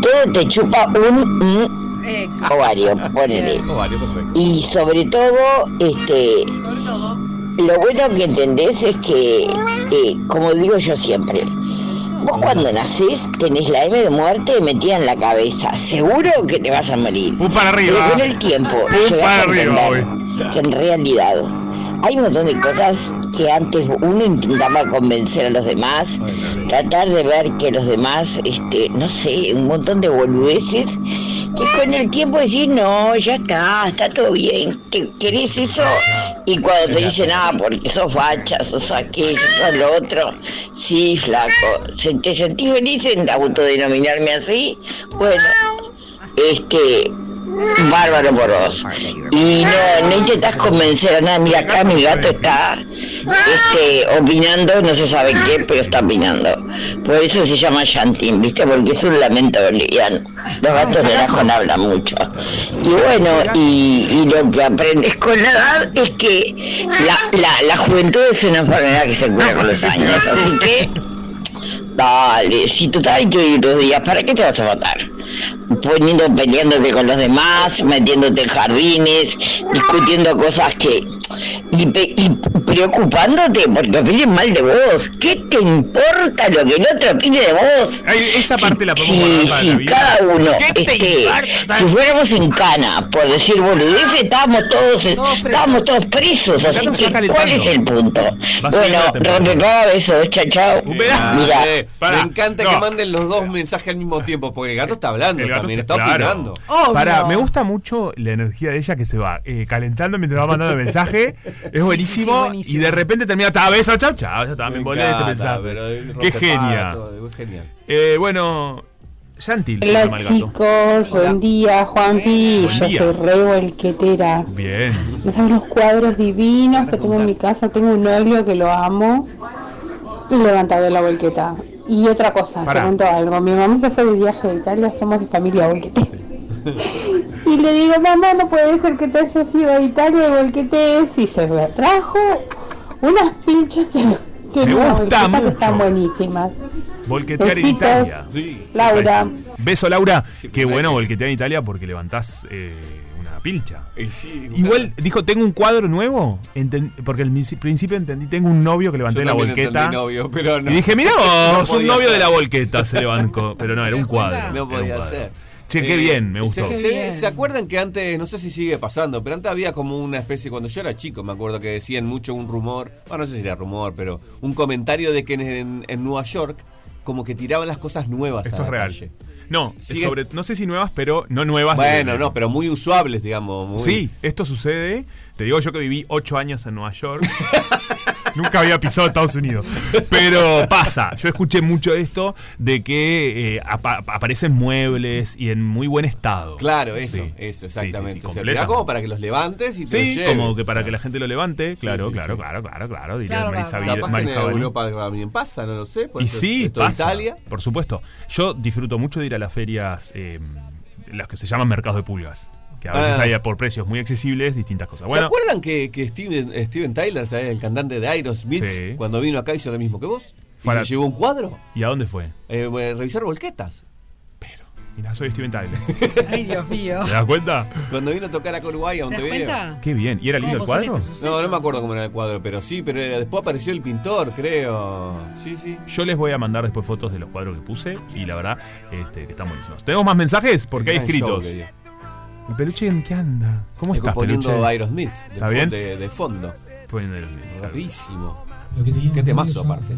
Todo te chupa un, un
Eh,
ovario, ponele.
Oh, vale, perfecto.
Y sobre todo, este,
sobre todo,
lo bueno que entendés es que, eh, como digo yo siempre, vos cuando nacés tenés la M de muerte metida en la cabeza. Seguro que te vas a morir.
Pum para
Pero
arriba.
con el tiempo
Pum
llegás
para
a
arriba,
entender que en realidad hay un montón de cosas que antes uno intentaba convencer a los demás, tratar de ver que los demás, este, no sé, un montón de boludeces, que con el tiempo decís, no, ya está, está todo bien, que querés eso, y cuando te dicen, ah, porque sos facha, sos aquello, sos lo otro, sí, flaco, ¿se- ¿te sentís feliz en autodenominarme así? Bueno, este bárbaro por vos y no, no intentas convencer a nadie mira acá mi gato está este opinando no se sabe qué pero está opinando por eso se llama Shantin viste porque es un lamento boliviano los gatos de Arajón hablan mucho y bueno y, y lo que aprendes con la edad es que la, la, la juventud es una enfermedad que se cura con los años así que Dale, si total hay que vivir los días, ¿para qué te vas a matar? Poniendo, peleándote con los demás, metiéndote en jardines, discutiendo cosas que. Y, pe- y preocupándote porque opinen mal de vos. ¿Qué te importa lo que el otro opine de vos?
Ay, esa parte la podemos guardar
Sí,
para
sí,
la vida.
cada uno.
¿Qué te
este,
importa?
si fuéramos en cana, por decir boludeces, estábamos
Todos
todos,
presos.
estábamos todos presos.
Acá
Así
nos
que,
está
¿cuál
calentando.
es el punto?
Va
Bueno,
subiendo la temperatura.
rompe todo eso, chao, chao.
Un pedazo.
Mira,
Eh,
Pará.
me encanta
No.
que manden los dos mensajes al mismo tiempo, porque el gato está hablando
El gato
también,
está-
está,
claro.
opinando.
Obvio.
Pará, me gusta mucho la energía de ella que se va eh, calentando mientras va mandando el mensaje. Es buenísimo,
sí, buenísimo.
Y de repente termina, está, beso, chau, chau. Ya está, me volé este
encanta, pero
mensaje.
rompe
Qué genia.
pato, es genial.
Eh, bueno, Shantil se
Hola
llama el gato.
chicos,
Hola.
buen día Juanpi,
Buen
yo
día.
soy re volquetera.
Bien.
No sabes los cuadros divinos que tengo en mi casa, tengo un óleo que lo amo y levantado de la volqueta. Y otra cosa,
Pará.
te cuento algo, mi mamá se fue de viaje de Italia, somos de familia volquetera. y le digo, mamá, no puede ser que te hayas ido a Italia de volquetes y se me trajo unas pinchas que, que
Me
no,
gusta
volquetas que están
mucho.
buenísimas.
Volquetear en
Besitos.
Italia.
Sí.
Laura.
Ahí sí. Beso, Laura. Qué
verdad
bueno
que-
volquetear en Italia porque levantás eh, una pilcha.
Y sí,
Igual dijo, tengo un cuadro nuevo. Enten- porque al mis- principio entendí, tengo un novio que levanté
Yo
la
también
volqueta.
entendí novio, pero no.
Y dije, mirá vos,
No
un
podía
novio
ser.
de la volqueta se levantó. Pero no, era un cuadro.
No
era un
podía
cuadro.
ser.
Che, qué
Eh,
bien, me gustó.
Se,
Qué
se-
bien.
¿se acuerdan que antes, no sé si sigue pasando, pero antes había como una especie, cuando yo era chico, me acuerdo que decían mucho un rumor, bueno, no sé si era rumor, pero un comentario de que en, en- en Nueva York como que tiraban las cosas nuevas. a
Esto es
la
real.
calle.
No,
Sigue-
sobre, no sé si nuevas, pero no nuevas. de-
Bueno, no, pero muy usuables, digamos. Muy,
Sí, esto sucede. Te digo yo que viví ocho años en Nueva York. Nunca había pisado Estados Unidos. Pero pasa. Yo escuché mucho esto de que eh, apa- aparecen muebles y en muy buen estado.
Claro, eso,
Sí.
eso,
Sí, sí, sí,
exactamente. o sea,
completa.
tirá como para que los levantes y te
Sí,
los lleves.
como que para
O
que la gente lo levante. Claro,
sí,
claro,
sí.
claro, claro, claro, diría
Claro,
Marisa
sea,
Vil-
Capaz que
Marisa
en
Balú.
Europa también pasa, no lo sé. Por
Y
eso
sí,
esto de
pasa,
Italia.
Por supuesto. Yo disfruto mucho de ir a las ferias, eh, las que se llaman mercados de pulgas. Que a veces
Ah.
hay por precios muy accesibles distintas cosas.
¿Se
Bueno,
acuerdan que, que Steven, Steven Tyler, ¿sabes? el cantante de Aerosmith,
Sí.
cuando vino acá hizo lo mismo que vos?
Para-
¿Y se llevó un cuadro?
¿Y a dónde fue?
Eh, voy a revisar volquetas.
Mira, soy Steven Tyler.
Ay, Dios mío.
¿Te das cuenta?
Cuando vino a tocar a Uruguay a
¿Te das
Montevideo.
cuenta?
Qué bien. ¿Y era lindo el cuadro?
No, no me acuerdo cómo era el cuadro, pero sí, pero eh, después apareció el pintor, creo. Sí, sí.
Yo les voy a mandar después fotos de los cuadros que puse y la verdad este, que están buenísimos. ¿Tenemos más mensajes? Porque hay
Gran show
escritos.
que dio.
¿El peluche en qué anda? ¿Cómo estás,
Poniendo
peluche?
Aerosmith de,
¿Está
fo-
bien?
de, de fondo.
Poniendo Aerosmith, claro.
Rarísimo. Qué temazo aparte.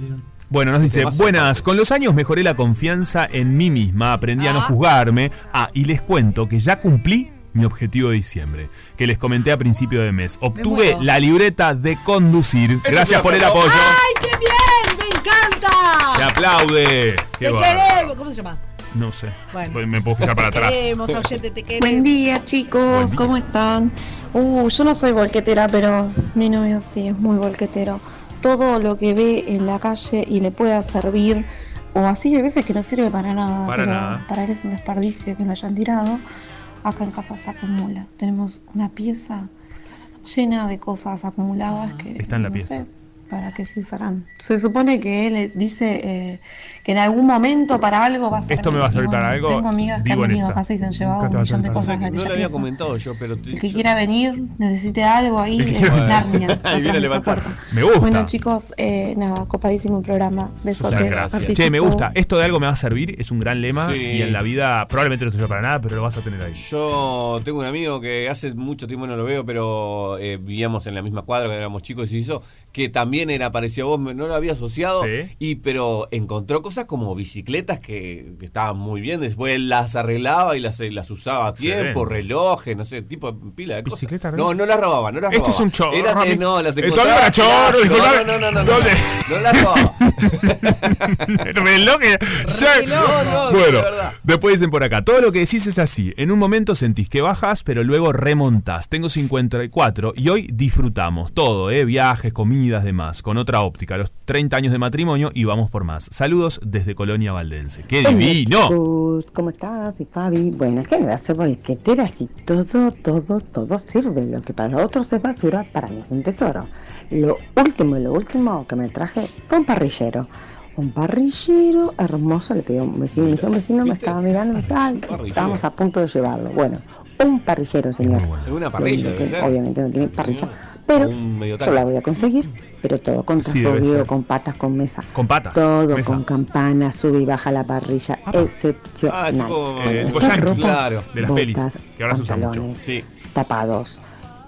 Bueno, nos dice,
Temazo
buenas, con los años mejoré la confianza en mí misma, aprendí a no juzgarme. Ah, y les cuento que ya cumplí mi objetivo de diciembre, que les comenté a principio de mes. Obtuve
muero.
la libreta de conducir. Gracias
un
por el
aplauso.
apoyo.
¡Ay, qué bien! ¡Me
Ah.
¡Se
encanta!
aplaude! Qué
¡Te
bárbaro.
queremos! ¿Cómo se llama?
No sé.
Bueno.
Voy- Me puedo fijar para
Te
atrás.
queremos, oyente, te
Buen
queremos.
día
Buen
chicos,
día.
¿cómo están? Uh, yo no soy volquetera, pero mi novio sí es muy volquetero. Todo lo que ve en la calle y le pueda servir, o así hay veces que no sirve para nada,
Para
pero
nada.
para él es un desperdicio que lo hayan tirado, acá en casa se acumula. Tenemos una pieza llena de cosas acumuladas que
Ah, Está en la pieza.
para qué se usarán. Se supone que él dice eh, que en algún momento para algo va a servir.
Esto me va a servir
Y bueno,
para algo,
Tengo amigas que
vivo en
han venido
esa.
a casa y se han llevado
Nunca
un
te va a
millón de
servir para
cosas
algo.
de
No
aquella
lo había
pieza.
comentado yo, pero. te-
El que quiera venir, necesite algo ahí,
El que
eh,
quiera-
Narnia.
Ahí viene a
atrás de esa
levantar.
puerta.
Me gusta.
Bueno, chicos, eh, nada, copadísimo el programa.
Muchas
Besotes.
gracias. Che,
Participo.
me gusta. Esto de algo me va a servir. Es un gran lema.
Sí.
Y en la vida probablemente no sirva para nada, pero lo vas a tener ahí.
Yo tengo un amigo que hace mucho tiempo no lo veo, pero eh, vivíamos en la misma cuadra cuando éramos chicos y se hizo, que también era parecido a vos, me- no lo había asociado,
Sí.
y pero encontró cosas como bicicletas que, que estaban muy bien, después él las arreglaba y las, eh, las usaba a tiempo,
Excelente.
relojes, no sé, tipo pila de cosas.
Bicicleta,
no, no las robaba, no las
Este
robaba.
es un chorro,
Era- eh,
amigo.
no, las
Esto
encontraba
habla chorro,
tiradas.
disculpame.
No, no, no, no, no, no,
¿Dónde?
no las robaba.
El reloj. que- Ya-
No, no,
bueno,
de verdad.
después dicen por acá, todo lo que decís es así. En un momento sentís que bajas, pero luego remontás. Tengo 54 y hoy disfrutamos todo, ¿eh? viajes, comidas, demás, con otra óptica. Los 30 años de matrimonio y vamos por más. Saludos desde Colonia Valdense. ¡Qué divino!
Chicos, ¿Cómo estás? Soy Fabi. Bueno, es que me va a hacer bolqueteras y todo, todo, todo sirve. Lo que para otros es basura, para mí es un tesoro. Lo último, lo último que me traje fue un parrillero. Un parrillero hermoso, le pedí a un vecino, me dice, un vecino me
¿viste?
estaba mirando, me dice, ay,
parrillero.
estábamos a punto de llevarlo. Bueno, un parrillero, señor.
bueno.
Es una
Lo único
parrilla, debe
que
ser.
Obviamente no tiene
Sí,
parrilla,
señor.
pero
Un medio
yo la
tanque.
voy a conseguir, pero todo con
Sí, debe
tazogueo,
ser.
con patas, con mesa.
Con patas,
Todo
mesa.
con campana, sube y baja la parrilla, excepcional.
Ah, tipo,
Eh, tipo
Con
yankee,
ropa,
claro,
de las
botas,
pelis, que ahora se usa mucho.
pantalones,
Sí,
Tapados.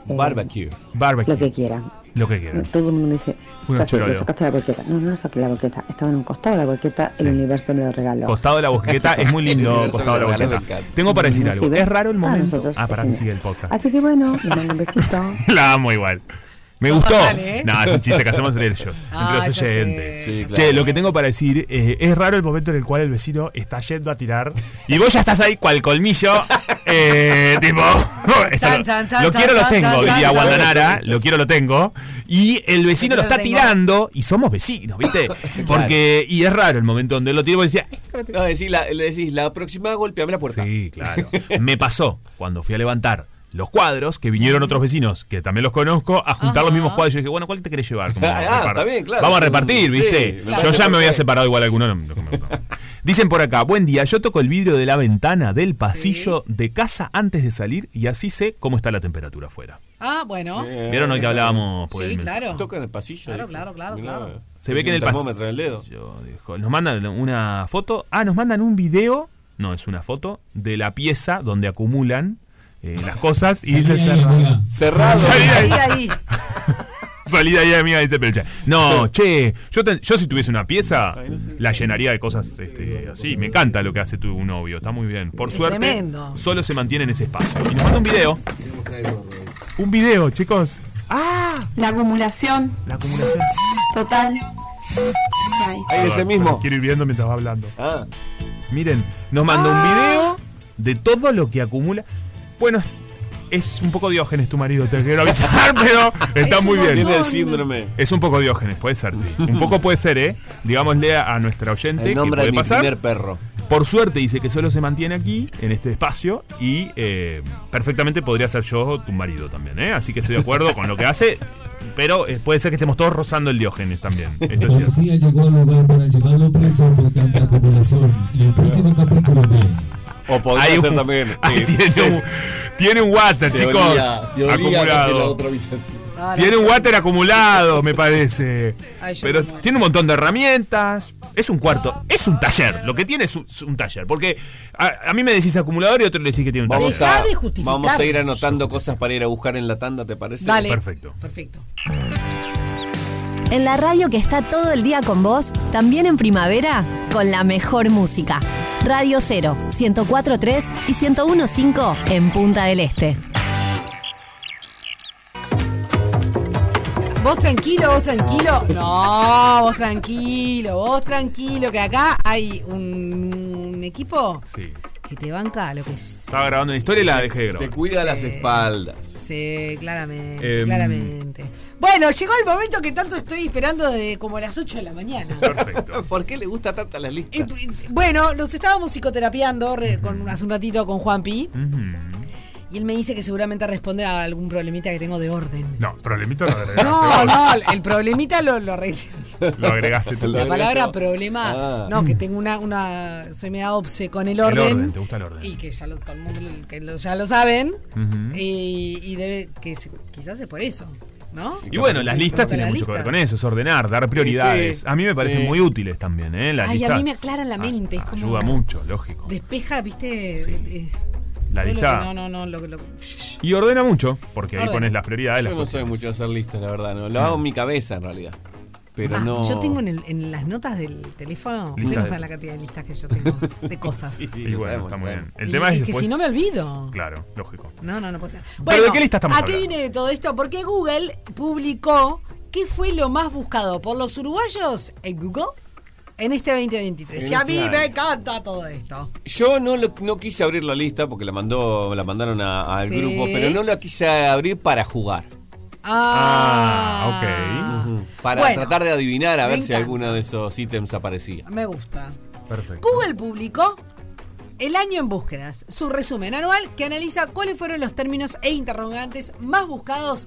eh,
barbecue.
Barbecue.
Lo que quieran.
Lo que quieran.
Todo el mundo me dice,
Un
"Saci,
chorolo".
le sacaste la bolqueta. No, no lo saqué la bolqueta. Estaba en un costado de la bolqueta, el universo me lo regaló.
Costado de la bosqueta es muy lindo.
universo
Costado de la
me regaló
bosqueta.
el cat.
Tengo para decir
No
algo.
sirve
Es raro el
para
momento.
nosotros,
Ah, para
es
que
genial.
sigue el podcast.
Así que bueno, les mando un besito.
La amo igual. Me
Sos
gustó.
fatal, ¿eh?
No, es un chiste que hacemos entre ellos.
Ah,
entre los
ya sé.
oyentes.
Sí, claro.
Che, lo que tengo para decir, eh, es raro el momento en el cual el vecino está yendo a tirar y vos ya estás ahí cual colmillo, eh, tipo, esto
Chan,
lo-
chan, chan,
lo
chan,
quiero, lo
chan,
tengo,
chan,
diría
chan,
Guandanara, lo quiero, lo tengo, y el vecino lo
Lo quiero,
está
lo tengo.
tirando y somos vecinos, ¿viste? Porque, y es raro el momento donde lo tiro y vos decís, "Ah,
No, decís la, le decís, la próxima golpeame la puerta.
Sí, claro. Me pasó cuando fui a levantar los cuadros, que vinieron otros vecinos, que también los conozco, a juntar los mismos cuadros. Yo dije, bueno, ¿cuál te querés llevar? Como
Ah,
repar-
está bien, claro.
Vamos a
Es un-
repartir,
sí,
¿viste?
me
Yo ya
parece
me había
perfecto.
separado igual alguno. no- no- no- no. Dicen por acá, buen día, yo toco el vidrio de la ventana del pasillo de casa antes de salir y así sé cómo está la temperatura afuera.
Ah, bueno.
Eh,
¿Vieron hoy que hablábamos? por el
Sí,
mensaje?
claro.
pues, Toca en el pasillo.
Claro,
dije.
claro, claro,
Mirá,
claro.
Se ve que
tiene
en el
un termómetro
pasillo.
en el dedo.
dijo, Nos mandan una foto. Ah, nos mandan un video. No, es una foto de la pieza donde acumulan eh, las cosas y dice cerrado.
Cerrado.
Salí
Ahí,
ahí,
ahí.
salí de ahí, amiga, dice Pelcha. No, che, yo, ten- yo si tuviese una pieza, la llenaría de cosas este, así. Me encanta lo que hace tu novio, está muy bien. Por suerte,
tremendo.
solo se mantiene en ese espacio. Y nos manda un video. Un video, chicos. ¡Ah!
La acumulación
La acumulación.
total. Ay.
Ahí ese mismo.
Quiero ir viendo mientras va hablando.
Ah,
Miren, nos manda
Ah.
un video de todo lo que acumula. Bueno, es- es un poco diógenes tu marido, te quiero avisar, pero está
Es
muy
un
bien.
tiene el
Montón.
síndrome.
Es un poco diógenes, puede ser, sí. Un poco puede ser, ¿eh? Digámosle a, a nuestra oyente
El
que
nombre de
puede
mi
pasar.
primer perro.
Por suerte dice que solo se mantiene aquí, en este espacio, y eh, perfectamente podría ser yo tu marido también, ¿eh? Así que estoy de acuerdo con lo que hace. Pero eh, puede ser que estemos todos rozando el diógenes también. Esto es
La
cierto.
policía llegó al lugar para llevarlo preso por tanta acumulación. En el próximo capítulo de
O podría
Hay
ser
un-
también.
Ay,
eh,
tiene,
se-
un, tiene un water,
se
chicos.
olía- se olía desde la
acumulado.
otra habitación.
Ah,
Tiene un water acumulado, me parece.
Ay, yo
Pero
me muero.
tiene un montón de herramientas. Es un cuarto. Es un taller. Lo que tiene es un, es un taller. Porque a, a mí me decís acumulador y otro le decís que tiene un
Vamos
taller.
a,
Dejá de justificar.
vamos a ir anotando cosas para ir a buscar en la tanda, ¿te parece?
Dale.
Perfecto.
Perfecto.
En la radio que está todo el día con vos, también en primavera, con la mejor música. Radio 0, 104.3 y 101.5 en Punta del Este.
Vos tranquilo, vos tranquilo. No, vos tranquilo, vos tranquilo, que acá hay un, un equipo
Sí.
que te banca lo que es.
Estaba grabando una historia y la dejé de
Te
grabar.
cuida las espaldas.
Sí, claramente,
Em.
claramente. Bueno, llegó el momento que tanto estoy esperando de como las 8 de la mañana.
Perfecto.
¿Por qué le gusta tanta las
Eh,
listas?
Bueno, los estábamos psicoterapiando re- con, hace un ratito con Juanpi. Y él me dice que seguramente responde a algún problemita que tengo de orden.
No, problemito lo agregaste.
No,
vos.
no, el problemita lo, lo arreglé.
Lo agregaste tú.
La
agregaste
palabra
vos.
problema.
Ah.
No, que tengo una, una. Soy media obse con el orden.
orden, te gusta el orden.
Y que ya lo, todo el mundo lo- que lo- ya lo saben. Y, y debe, que se- quizás es por eso, ¿no?
Y bueno, las listas
Con la
tienen mucho que ver
lista.
con eso, es ordenar, dar prioridades.
Sí,
a mí me parecen
sí.
muy útiles también, ¿eh? Las
Ay, a
listas.
mí me aclaran la mente, es como-
Ah, ayuda mucho, lógico.
Despeja, viste.
Sí.
Eh,
La
todo lo
lista.
que- No, no, no. Lo, lo-
Y ordena mucho, porque ahí
Ordena.
pones las prioridades.
Yo
las
no soy
cuestiones.
mucho de hacer listas, la verdad. No. Lo hago en mi cabeza, en realidad. Pero
Ah,
no.
Yo tengo en, el- en las notas del teléfono. Ustedes
Lista
no
de-
saben la cantidad de listas que yo tengo de cosas.
Sí, sí,
Y
lo
bueno,
sabemos,
está muy bien.
sabemos.
El
Y-
tema
y
es
que
después-
si no me olvido.
Claro, lógico.
No, no, no puede ser.
¿Pero de qué lista estamos
¿A qué
hablando?
viene de todo esto? Porque Google publicó qué fue lo más buscado por los uruguayos en Google en este 2023.
En
y a
este
mí
año.
me encanta todo esto.
Yo no, lo- no quise abrir la lista porque la mandó la mandaron a- al
Sí.
grupo, pero no la quise abrir para jugar.
Ah,
ok.
Para
Bueno,
tratar de adivinar a
me
ver si
encanta.
alguno de esos ítems aparecía.
Ah, Me gusta.
Perfecto.
Google publicó el año en búsquedas, su resumen anual que analiza cuáles fueron los términos e interrogantes más buscados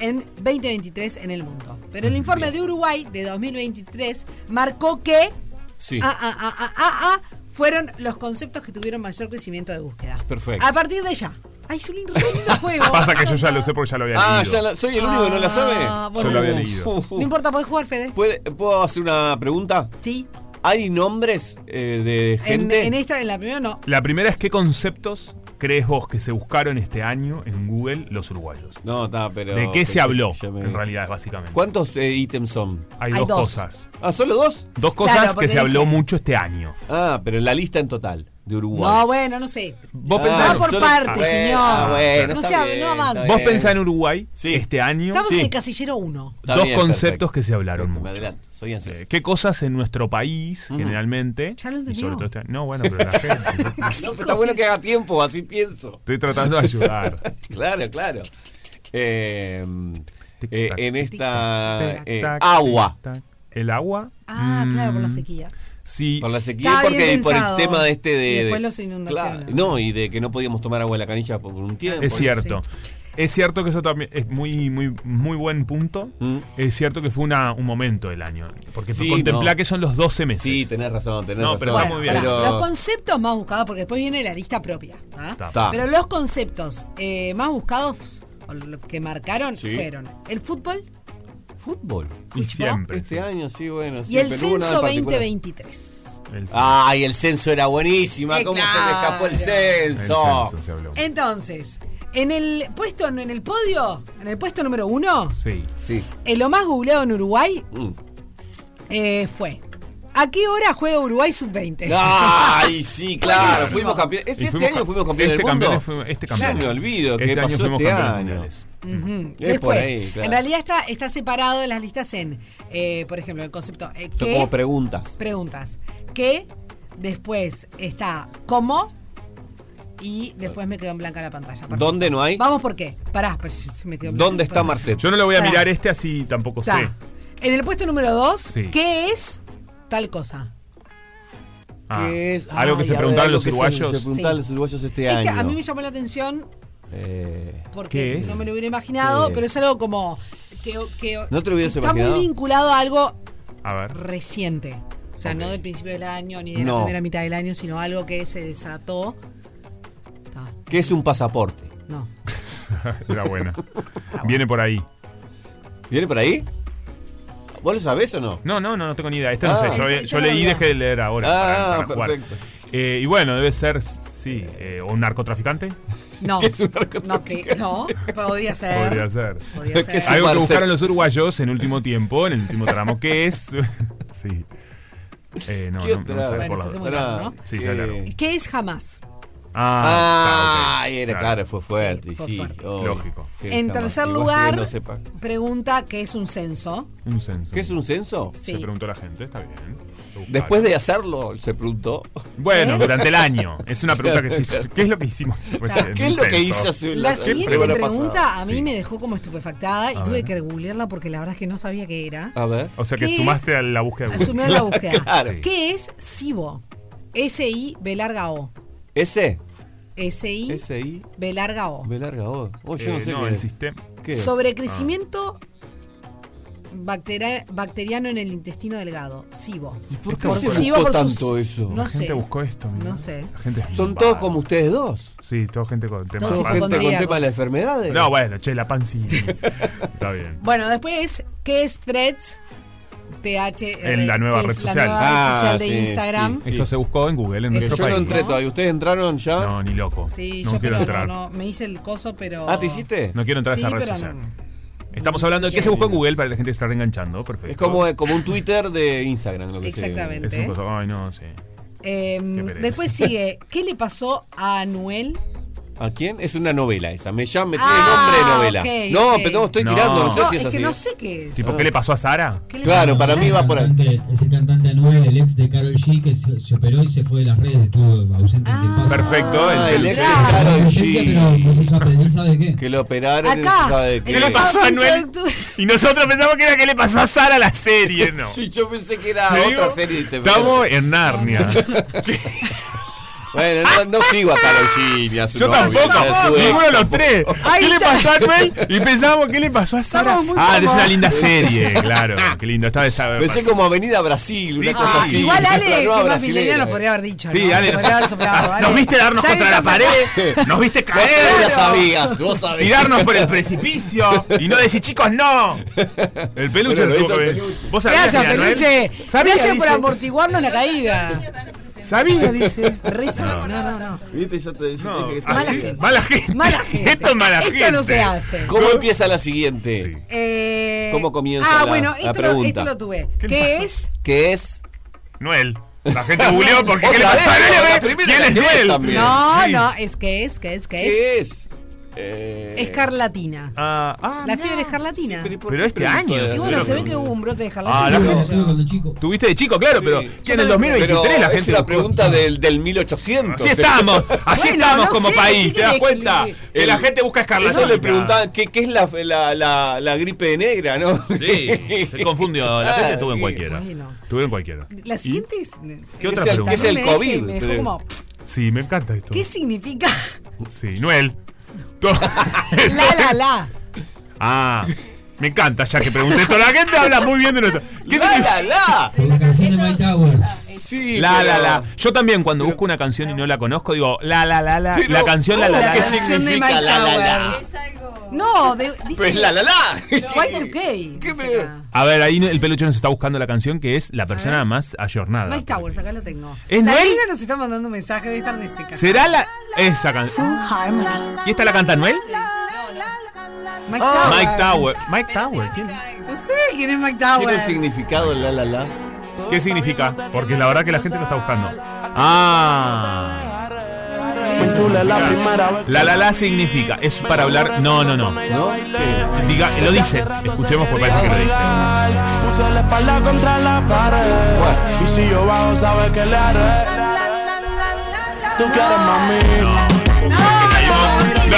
en 2023 en el mundo. Pero el informe de Uruguay de 2023 marcó que
Sí.
ah, ah, ah, ah, ah, ah, fueron los conceptos que tuvieron mayor crecimiento de búsqueda.
Perfecto.
A partir de ya. Ay, es un lindo juego.
Pasa que yo ya lo sé porque ya lo había
Ah,
leído.
ya la- soy el único que no la sabe.
Ah,
Yo lo había leído.
Uf,
No
uf.
importa, podés jugar, Fede.
¿Puede- ¿Puedo hacer una pregunta?
Sí.
¿Hay nombres eh, de
En,
gente?
en esta, en la primera no.
La primera es qué conceptos crees vos que se buscaron este año en Google los uruguayos.
No, está, pero.
¿De qué se
pero
habló?
yo me-
En realidad, básicamente.
¿Cuántos eh, ítems son?
Hay,
Hay
dos,
dos.
cosas.
Ah, ¿solo dos?
Dos
Claro,
cosas que
porque
se habló
dice-
mucho este año.
Ah, pero en la lista en total de Uruguay.
No, bueno, no sé.
Vos
Ah,
pensá,
Va por
solo-
partes,
Ah,
señor.
ah, bueno,
no
está
sea-
bien,
no avance.
está
vos
bien.
pensá en Uruguay
Sí.
este año.
Estamos
Sí.
en el casillero 1.
Está
dos
bien,
conceptos
perfecto.
que se hablaron
Perfecto, Me
mucho.
adelanto, soy ansioso.
Eh, ¿Qué cosas en nuestro país, generalmente?
Ya lo
y sobre
entendió.
todo este- No, bueno, pero la gente.
No, pero está bueno que haga tiempo, así pienso.
Estoy tratando de ayudar.
Claro, claro. Eh,
Tic,
eh,
tac,
en
tic,
esta
tac,
eh,
tac,
agua.
tic, tac. El agua, Mm,
Ah, claro, por la sequía.
sí.
Por la sequía
Está
y porque
bien
por el
pensado.
tema de este de.
Y después
de-
las inundaciones.
Claro, no, y de que no podíamos tomar agua de la canilla por un tiempo.
Es cierto. Es cierto que eso también es muy, muy, muy buen punto.
Mm.
Es cierto que fue una, un momento del año. Porque
Sí,
contemplá
no.
que son los 12 meses.
Sí, tenés razón, tenés
No,
razón.
pero está muy bien.
pará,
Pero-
Los conceptos más buscados, porque después viene la lista propia. ¿ah?
Está.
Está.
Pero los conceptos eh, más buscados o lo que marcaron
Sí.
fueron el fútbol
Fútbol.
y siempre.
Este año, sí, bueno.
y
sí,
el
pero hubo una
censo
particular.
2023.
El censo.
Ay, el censo era buenísima.
Eh,
¿Cómo se me
claro.
escapó el
El
censo?
censo se habló.
Entonces, en el puesto, en el podio, en el puesto número uno,
Sí.
Sí.
eh, lo más googleado en Uruguay
Mm.
eh, fue ¿A qué hora juega Uruguay sub-20?
Ay, sí, claro.
Buenísimo.
Fuimos campeones. Este,
Y
este
fuimos
año
ca-
fuimos campeones
este
del mundo.
campeones fuimos- este campeón.
Ya me olvido que
Este
pasó
año fuimos
este
campeones
año.
mundiales.
Mm,
Es por ahí, claro.
en realidad está, está separado en las listas en, eh, por ejemplo, el concepto eh,
Son
¿qué?
como preguntas.
preguntas. ¿Qué? Después está cómo y después me quedó en blanca la pantalla. Perfecto.
¿Dónde no hay?
Vamos por qué. Pará, pues, se me quedó en
¿Dónde
blanca.
está Marcet?
Yo no lo voy a
Pará.
mirar este así tampoco
Está.
sé.
En el puesto número 2,
Sí.
¿qué es tal cosa?
Ah,
¿Qué es?
Algo que
Ay, a
se
ver,
preguntaron
algo
los
que se-
uruguayos.
Se, preguntaron
Sí.
los uruguayos este
Es
año.
que a mí me llamó la atención
Eh,
porque
¿Qué es?
no me lo hubiera imaginado,
¿Qué
pero es algo como que, que-
¿No te lo hubieras
está
imaginado?
muy vinculado a algo
A ver.
reciente. O sea, no del principio del año ni de
No.
la primera mitad del año, sino algo que se desató.
¿Qué es un pasaporte?
No.
Era buena. Viene por ahí.
¿Viene por ahí? ¿Vos lo sabés o no?
No, no, no, no tengo ni idea. Este no
Ah.
sé. Yo,
Ese-
yo
yo no
leí y
había.
dejé de leer ahora.
Ah,
para, para jugar.
perfecto.
Eh, y bueno, debe ser, sí, eh, un narcotraficante.
No. no, que, no, podría ser.
Podría ser.
Podría ser.
Algo que
Marcel.
buscaron los uruguayos en el último tiempo, en el último tramo, que es. sí. Eh, no,
¿Qué
no, no me
otra?
sale
Bueno,
por
se
la
hace
duda.
muy largo, ¿no?
Sí, se hace
Eh,
largo.
¿Qué es jamás?
Ah,
está, ok,
era claro, fue fuerte.
Sí,
y
fue
sí,
fuerte.
obvio.
Lógico.
Que
en
jamás-
tercer
igual que
lugar,
no sepa.
pregunta qué es un censo.
Un censo.
¿Qué es un censo?
Sí. Se
preguntó la gente, está bien.
Después de hacerlo, se preguntó. ¿Eh?
Bueno, durante el año. Es una pregunta que se hizo. ¿Qué es lo que hicimos?
Claro. ¿Qué es lo que hice hace
La siguiente
semana
pregunta
pasada?
a mí me dejó como estupefactada y
A
tuve
ver. Ah,
que googlearla porque la verdad es que no sabía qué era.
A ver.
O sea que
¿Qué
sumaste a la búsqueda de Google.
Asumí la búsqueda.
Claro.
¿Qué es SIBO? S-I-B E larga O.
¿Ese?
S-I-B
¿Ese ahí?
E larga O.
¿Ve larga vos? Oh, yo
Eh,
no sé
no,
qué
el
es.
sistema.
¿Qué es?
Sobrecrecimiento bacteria- bacteriano en el intestino delgado. SIBO. ¿Y
Ah. por qué se buscó tanto eso?
No
la
sé.
gente buscó esto. mira.
No sé.
La gente es
Son
muy
todos
vaga.
como ustedes dos.
Sí, toda gente con temas
Todos
de panza.
Gente con temas de las enfermedades.
No, bueno, che, la pancita. Está bien.
Bueno, después, ¿qué es Threads? TH.
En la nueva red social.
Eh, La
Ah,
nueva
Ah,
red social de Instagram.
Esto se buscó en Google, en
Eh,
nuestro
yo
país.
no entré todavía. ¿Ustedes entraron ya?
No, ni loco.
Sí,
no
yo
quiero
pero
entrar.
No, no, me hice el coso, pero.
Ah, ¿te hiciste?
No quiero entrar
Sí,
a esa red
pero
social.
no.
Estamos hablando de qué se buscó en Google para que la gente se está enganchando. Perfecto.
Es como, eh, como un Twitter de Instagram, lo que se-
Exactamente.
Es un coso- Ay, no, sí.
Eh,
pereza.
después sigue, ¿qué le pasó a Anuel?
¿A quién? Es una novela esa. Me llama, me tiene
Ah,
nombre de novela.
ok,
no,
ok.
pero no, estoy
No.
tirando, no sé
No,
si es,
es
así.
que no sé qué es.
Tipo, ¿qué le pasó a Sara?
¿Qué le
Claro, para mí va por ahí.
Cantante- Ese cantante Anuel, el ex de Carol G, que se, se operó y se fue de las redes, estuvo ausente un tiempo.
Perfecto.
Ah, el
el-
ex de
el-
Karol
Pero,
G.
pues, ella pensó, ¿sabe qué?
Que lo operaron y no
Acá.
se sabe
¿Qué le pasó a
eh.
Anuel? Y nosotros pensamos que era que le pasó a Sara la serie, ¿no?
Sí, yo pensé que era
Te
otra
digo,
serie. te-
Estamos en Narnia.
Bueno, no, no sigo a Karol G ni a su
Yo
novio,
tampoco,
ni a su ex
ninguno de los
tampoco.
tres.
Ahí
¿Qué le
está.
pasó a Anuel? Y pensábamos, ¿qué le pasó a Sara?
Estamos muy
Ah, es una
famosos.
linda serie, claro. Qué lindo. Está de saber.
Pensé como Avenida Brasil, una
Sí,
cosa
sí.
así.
Ah, Igual Ale,
Una
que
nueva
más
brasilera.
milenio nos podría haber dicho.
Sí,
¿no?
Ale,
Nos
nos,
podría haber soplado, Ale.
nos viste darnos
Ya
contra la
estás acá.
pared, nos viste
Vos ya
caer,
sabías, vos sabías.
tirarnos por el precipicio y no decir, chicos, no. El peluche
Bueno, lo
tuvo
hizo
que
el
ver.
peluche.
¿Vos sabías,
Gracias,
Anuel?
peluche.
Sabía,
Gracias por
dice.
amortiguarnos la caída.
Sabía, dice.
Risa. No, no, no.
Viste, yo te dije
No,
que sabías.
así, mala gente.
Mala gente.
Esto es mala
Esto
gente.
no se hace.
¿Cómo empieza la siguiente?
Sí.
Eh,
¿Cómo comienza
Ah,
la-
bueno,
la
esto, Lo,
pregunta?
esto lo tuve.
¿Qué
¿Qué,
le pasó?
es?
Que es.
Noel. La gente googleó porque ¿qué le
Otra
pasó a
vez, la
Noel?
primera
¿Quién
la
es
gente
Noel?
también. Bien.
No,
Sí.
no, es que es, que es, que es.
¿Qué es? Eh,
Escarlatina.
Ah, ah,
La fiebre escarlatina.
¿y por
Pero
qué
este
preguntó
año.
de-
y bueno,
Pero-
se ve que hubo un brote de escarlatina.
Ah, la
qué
gente-
sé yo.
cuando chico.
Tuviste de chico, claro, pero que en el
Pero
2023 la
Es
gente.
una
buscó-
pregunta del, del 1800.
Así estamos, así
Bueno,
estamos
no
como
sé,
país,
¿qué
¿te das
querés
cuenta?
que
Que la gente busca escarlatina.
Eso le preguntaban qué, qué es la, la, la, la gripe negra, ¿no? Ah.
Sí, se confundió, la gente estuvo en
sí.
cualquiera.
Bueno.
Estuvo en cualquiera.
La siguiente es.
¿Qué
es
otra
el-
pregunta?
es el
me dejé-
COVID,
me dejó
creo.
como,
Sí, me encanta esto.
¿Qué significa
Sí, Noel. To-
la la la?
Ah, me encanta ya que pregunté esto. La gente habla muy bien de nuestro. ¿Qué
¡La,
significa?
la, la!
Por la canción de Mike Towers.
Sí,
La,
pero-
la, la. Yo también cuando busco una canción y no la conozco digo la, la, la, la.
Pero,
La canción la,
¿cómo
la, la.
que
la.
significa?
significa
Mike
la, la, la?
Towers. No, de, dice
Pues la, la, la.
Y2K.
¿Qué
dice
me-
acá.
A ver, ahí el peluche nos está buscando la canción que es la persona más ayornada.
Mike Towers, acá lo tengo.
¿Es
la
Noel?
negra nos está mandando un mensaje de estar de
¿Será la esa canción?
Harmony.
¿Y esta la canta Noel?
Mike Towers.
Mike Tower. Mike Tower, Ah. ¿quién?
No sé quién es Mike
Tiene un
Towers.
significado la, la, la.
¿Qué significa? Porque la verdad que la gente lo está buscando. Ah.
Pues
La la la significa. Es para hablar. No, no, no.
¿No?
Diga, lo dice. Escuchemos porque parece que lo dice.
Ah,
Puse la espalda contra la pared. Y si yo bajo, sabes que le haré. Tú quieres mami.
No, no,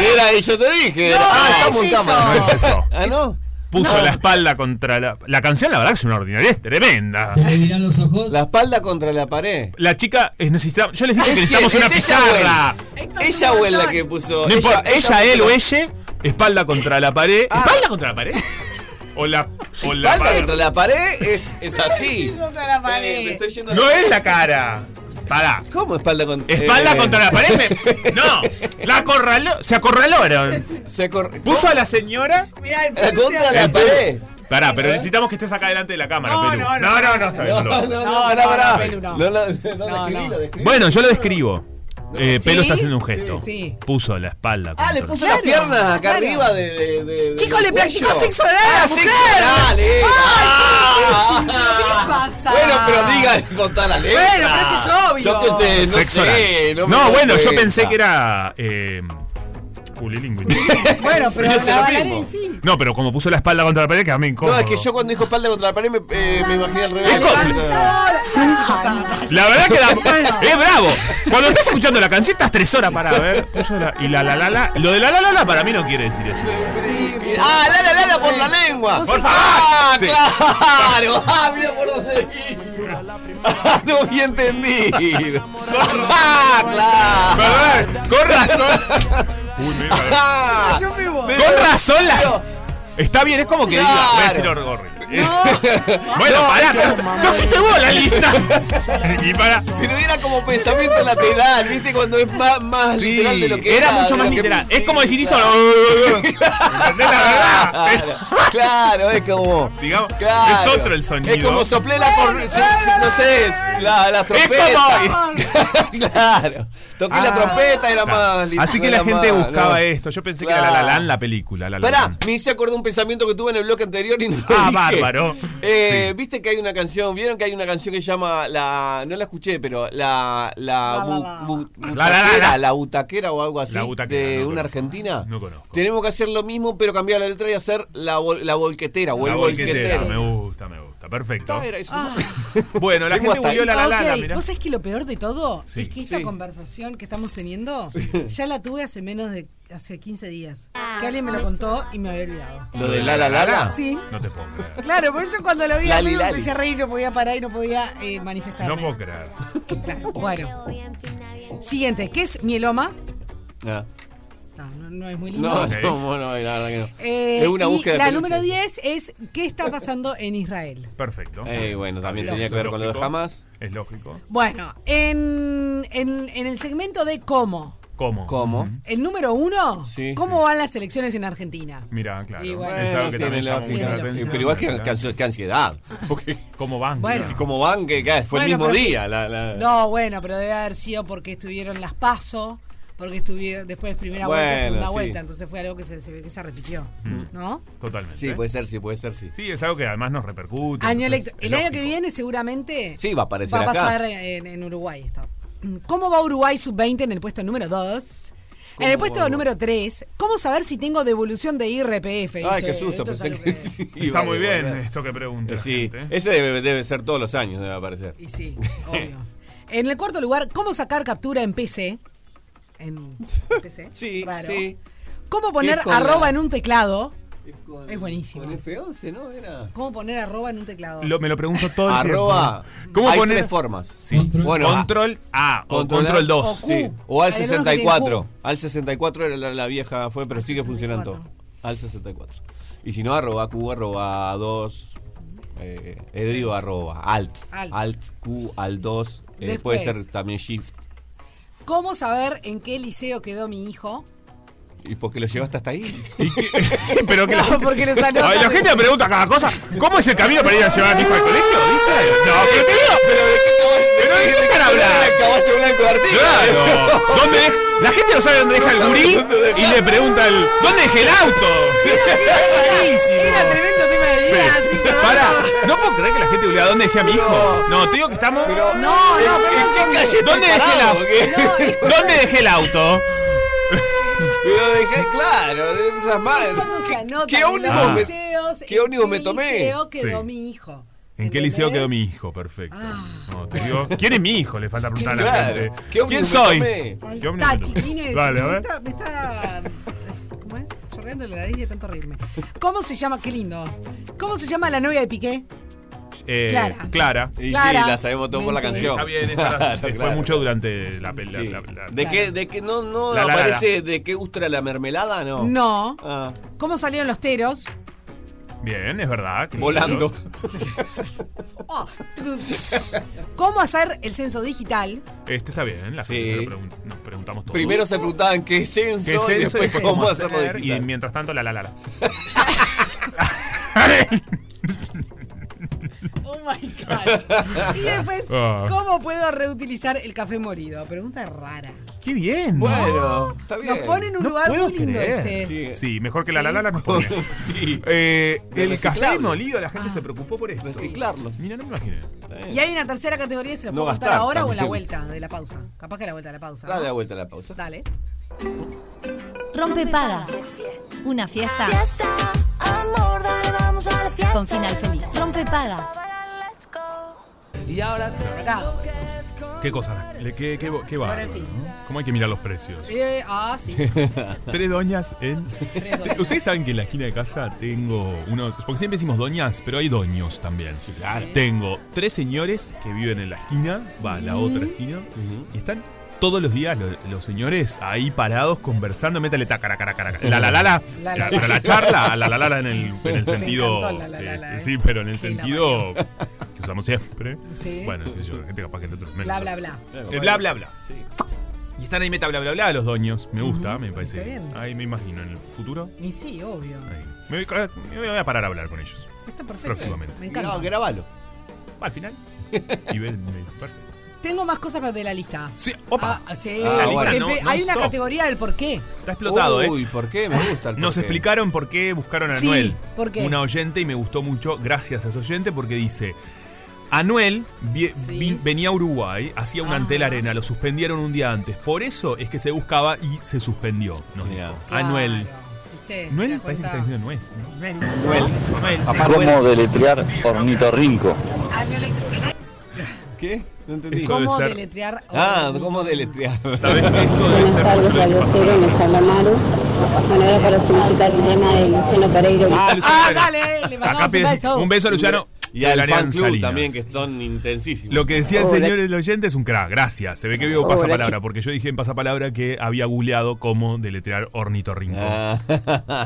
Y era ahí, yo te dije. era-
No,
ah,
no
estamos
es
en
eso.
no,
cámara.
no es eso.
Ah, ¿no?
Puso la espalda contra la. La canción, la verdad, que es una ordinaria, es tremenda.
Se le dirán los ojos.
La espalda contra la pared.
La chica eh, necesita. Yo les dije que
¿Es
necesitamos
quién?
una
¿Es ella o él?
pizarra.
Esto es
Ella
un
o él la
montón.
que puso.
No importa, ella, él o ella, Espalda contra la pared. ¿Espalda contra la pared? O la, o la
Espalda
pared.
contra la pared es, es así.
Contra la pared.
me estoy yendo a
No es la cara. Pará.
¿Cómo espalda contra
Espalda
eh.
contra la pared. me- No. La acorraló. Se acorralaron.
Se
Puso a la señora.
Mirá, el
Eh,
precio.
contra la pared.
Pará, pero necesitamos que estés acá delante de la cámara, Pelu. No, no, no, está bien, no lo vas a
No, no,
hacer.
no,
no,
pará.
Pelu, no.
No, no, no,
No,
describilo,
no.
describilo.
Bueno, yo lo describo. Eh,
¿Sí?
Pelu está haciendo un gesto.
Sí.
Puso la espalda.
Ah, le
contra-
puso las piernas acá
claro.
arriba de. de, de- de-
Chicos,
del
le practicó
cuello.
sexo oral a
Ah,
la
sexo
mujer.
oral, eh.
Ay,
Ah.
¿qué pasa?
Bueno, pero digan contar la letra.
Bueno, pero es que es obvio.
Yo qué sé, no
Sexo
sé.
oral.
me
No,
doy
bueno, yo
cuenta.
pensé que era. Eh, culilingüe.
Bueno, pero
Yo sé
la
lo
bailarina
mismo.
sí.
No, pero como puso la espalda contra la pared, quedame incómodo.
No, es que yo cuando dijo espalda contra la pared me, eh, me imaginé al revés.
Es cosa. La verdad que da- es bravo. Cuando estás escuchando la canción estás tres horas para ver. Puso la- y la la la la. Lo de la la la la para mí no quiere decir eso.
Ah, la la la la por la lengua.
Por favor.
Ah,
Sí.
claro. Ah, mira por dónde iba. Ah, no había entendido. Ah, claro.
Perdón, con razón. Uy, me-
Ah,
Yo me voy.
con razón la. Está bien, es como que diga, voy a decir
Claro.
orgorri. bueno, pará, pero trajiste vos la lista. y para.
Pero era como pensamiento lateral, ¿viste? Cuando es más, más
Sí,
literal de lo que
era
era.
mucho
de
más
lo que-
literal. es
sí,
como decir hizo.
claro.
¿Entendés la
ah,
verdad?
Claro, claro, es como.
Digamos,
Claro.
es otro el sonido.
Es como soplé
ah,
la cor- so- so- no sé, la, la trompeta.
ah.
claro. Toqué la
Ah.
trompeta, era más literal.
Así que la
era
gente
más,
buscaba
no.
esto. Yo pensé que era la
Claro.
la Land la película. La La
Pará,
Land.
me hice acordar un pensamiento que tuve en el bloque anterior y no lo
Ah,
dije.
bárbaro.
Eh,
Sí.
Viste que hay una canción, vieron que hay una canción que se llama la, no la escuché, pero la la bu- bu-
La, la, la, la.
butaquera, la butaquera o algo así
La butaquera,
de
no
una
conozco.
argentina.
No conozco.
Tenemos que hacer lo mismo, pero cambiar la letra y hacer la, vol- la volquetera o
La
el
volquetera,
volquetero.
me gusta, me gusta. Perfecto.
Ah, era eso.
Bueno, la
Tengo
gente
hasta
bulió
ahí.
la la la, la,
Ok,
mirá.
¿Vos sabés que lo peor de todo
Sí.
es que esta
Sí.
conversación que estamos teniendo ya la tuve hace menos de hace 15 días. Que alguien me lo contó y me había olvidado.
Lo de la la la la.
Sí.
No te puedo creer.
Claro, por eso cuando lo vi
Lali,
a mí me
lali.
empecé a reír, no podía parar y no podía eh, manifestarme.
No puedo creer.
Claro, bueno. Siguiente, ¿qué es mieloma?
Ah.
No, no, no es muy lindo.
No,
Ok.
no, bueno, la verdad que no.
Eh,
es una
y
búsqueda de
La
peluche.
número 10 es ¿qué está pasando en Israel?
Perfecto.
Eh, bueno, también
Está
tenía
bien,
que ver con lo de
lógico.
Hamas.
Es lógico.
Bueno, en, en- en el segmento de cómo,
¿Cómo?
¿Cómo?
el número uno,
Sí.
¿cómo van las elecciones en Argentina?
Mira, claro.
Y bueno.
Es algo que
Tiene
también llama
lógica.
mucho la
Tiene
atención.
Pero igual que,
Mirá.
que- que ansiedad. Porque
¿Cómo van?
Bueno.
Mirá.
como van, que que fue
Bueno,
el mismo
pero
día.
que-
la- la-
No, bueno, pero debe haber sido porque estuvieron las PASO, porque estuvieron después primera vuelta,
Bueno,
segunda
sí.
vuelta, entonces fue algo que se, se- que se repitió, ¿no?
Mm, Totalmente.
Sí, puede ser, sí, puede ser, sí.
Sí, es algo que además nos repercute.
Año
entonces
electo-
es
El año
lógico.
que viene seguramente
Sí, va a aparecer
va a
acá.
pasar en, en Uruguay esto. ¿Cómo va Uruguay sub-20 en el puesto número 2? En el
¿Cómo
puesto
va Uruguay?
número 3, ¿cómo saber si tengo devolución de IRPF?
Ay,
Dice,
qué susto.
eh, esto es
Pensé
algo
que...
Está muy bien
Bueno.
esto que pregunta. la
Sí,
gente.
ese debe, debe ser todos los años, debe aparecer.
Y sí, obvio. En el cuarto lugar, ¿cómo sacar captura en PC? En PC.
Sí,
raro.
sí.
¿Cómo poner
Es con
arroba
la-
en un teclado? Es buenísimo.
Con F11, ¿no? Era.
¿Cómo poner arroba en un teclado?
Lo- me lo pregunto todo el
Arroba.
tiempo.
¿Cómo Hay
poner-
tres formas.
Sí.
Control-
Bueno,
control A o
Control A.
control 2.
O Q.
Sí. O
Hay
al
algunos que
64.
tienen
Al 64 era la, la vieja, fue, pero sigue funcionando.
64.
Al 64. Y si no, arroba Q, arroba 2. Eh, eh, digo arroba, alt,
Alt.
alt, Q, alt 2, eh,
Después.
puede ser también shift.
¿Cómo saber en qué liceo quedó mi hijo?
¿Y por qué lo llevaste hasta ahí?
Pero que
No,
la gente-
porque los anotan.
Ay, La gente me pregunta cada cosa. ¿Cómo es el camino para ir a llevar a mi hijo al colegio? Dice. No, pero te digo.
Pero de qué caballo,
Pero de qué están hablando.
Era el caballo blanco de Artigas.
Claro. ¿Dónde dej- La gente no sabe dónde deja el
sabe
gurí
dónde deja.
y le pregunta el. ¿Dónde dejé el auto? Clarísimo.
Era tremendo tema de
Sí.
vida. así se va.
Pará, no puedo creer que la gente diga ¿dónde dejé a mi hijo?
No.
No, te digo que estamos.
Pero
No, no,
¿en-
pero
en
no,
qué
no,
calle estoy
¿Dónde dejé,
parado? ¿Qué?
el auto? ¿Dónde dejé el auto?
Pero dejé, claro, de esas
Es
mal.
cuando se anota
¿Qué
en los
ónibus me-
liceos,
qué
en
ónibus me tomé?
liceo quedó
Sí.
mi hijo? Ah,
¿En qué liceo
¿Entendés?
quedó mi hijo? Perfecto. No, te digo, ¿Quién es mi hijo? Le falta preguntar a la
Claro.
gente.
¿Qué ómnibus
¿Quién
me
soy?
tomé?
¿Qué ómnibus
Está,
me tomé?
chiquines.
Dale, a
me,
ver.
está, me está. ¿Cómo es? Chorreando la nariz de tanto reírme. ¿Cómo se llama? Qué lindo. ¿Cómo se llama la novia de Piqué?
eh,
Clara.
Clara.
Y sí, Clara. la sabemos todos por la Mentira. canción.
Está bien, esta
Claro,
fue
claro.
mucho durante la pelea.
¿De qué, de qué no, no
La, la, la,
aparece de qué ustra la mermelada? No.
No.
Ah,
¿Cómo salieron los teros?
Bien, es verdad. que-
Volando.
¿Cómo hacer el censo digital?
Este está bien, la gente se lo pregun- nos preguntamos todos.
Primero se preguntaban qué censo,
¿Qué
y
censo?
después cómo hacerlo
hacer,
digital.
Y mientras tanto, la la la la.
Oh my God. Y después,
Ah.
¿cómo puedo reutilizar el café morido? Pregunta rara.
¡Qué bien!
Bueno, está bien.
Nos pone en un lugar
puedo
muy lindo
creer.
este.
Sí, mejor que la la la la. nos pone. Eh, el café molido, la gente se preocupó por esto. Reciclarlo. Mira, no me imaginé.
Ah. Y hay una tercera categoría, se la
No
puedo contar
gastar
ahora o en la
también.
vuelta de la pausa. Capaz que en la vuelta de la pausa.
Dale
¿no?
la vuelta a la pausa.
Dale.
Rompe paga. Una fiesta. Con final feliz. Rompe paga.
Y ahora
¿Qué cosas? ¿Qué, qué, qué, qué va?
en fin.
¿Cómo hay que mirar los precios?
Eh, ah, sí.
Tres doñas en. Ustedes saben que en la esquina de casa tengo uno. Porque siempre decimos doñas, pero hay doños también.
Ah,
Tengo tres señores que viven en la esquina, va, la
Ujú.
otra esquina, y están todos los días lo- los, señores ahí parados conversando. Métale ta, cara, cara, cara. La, la, la, la.
La, la, la.
Pero la charla, la, la, la, la, en el, en
Me
el sentido.
encantó la, la, la, la,
este,
eh.
Sí, pero en el
Sí, la
sentido que usamos siempre.
Sí.
Bueno, qué sé yo, la gente capaz que el otro.
Bla, bla, bla.
El Eh, bla, bla, bla. Y están ahí meta bla bla bla los doños. Me gusta, me parece.
Está bien.
Ahí me imagino en el futuro.
Y sí, obvio.
Me voy, me voy a parar a hablar con ellos.
Está perfecto.
Próximamente.
Me encanta. Gra-
grabalo. Al final. y ven, me- perfecto.
Tengo más cosas para de la lista.
Sí, opa.
Ah, sí.
Ah,
porque
bueno,
pe-
no-
hay
non-stop.
una categoría del por qué.
Está explotado, ¿eh?
Uy, ¿por qué? Me gusta el por
Nos
qué.
explicaron por qué buscaron a
Sí,
Anuel.
¿por qué?
Una oyente y me gustó mucho. Gracias a ese oyente porque dice. Anuel vie- vi- venía a Uruguay, hacía un Antel Arena, lo suspendieron un día antes. Por eso es que se buscaba y se suspendió. Nos dijo.
Claro.
Anuel.
¿Viste?
Noel parece que está diciendo nuez. ¿no? Noel. Noel.
¿Cómo deletrear ornitorrinco?
¿Qué? No entendí.
Eso debe
¿Cómo
ser-
deletrear?
Ah, ¿cómo deletrear?
¿Sabes que esto
Buenas tardes, Ballesteros, les habla Maru. Bueno, era para solicitar el tema de Luciano Pereira.
Ah, Luciano Ah, Pereira.
dale, le
mandamos Acá un pide- beso. un beso a Luciano.
Y al
De la
fan
Alianza
club
Salinas.
también, que son intensísimos.
Lo que decía el
Hola.
señor el oyente es un crack, gracias. Se ve que vivo
Hola,
pasapalabra,
chi-
porque yo dije en pasapalabra que había googleado cómo deletrear ornitorrinco.
Ah.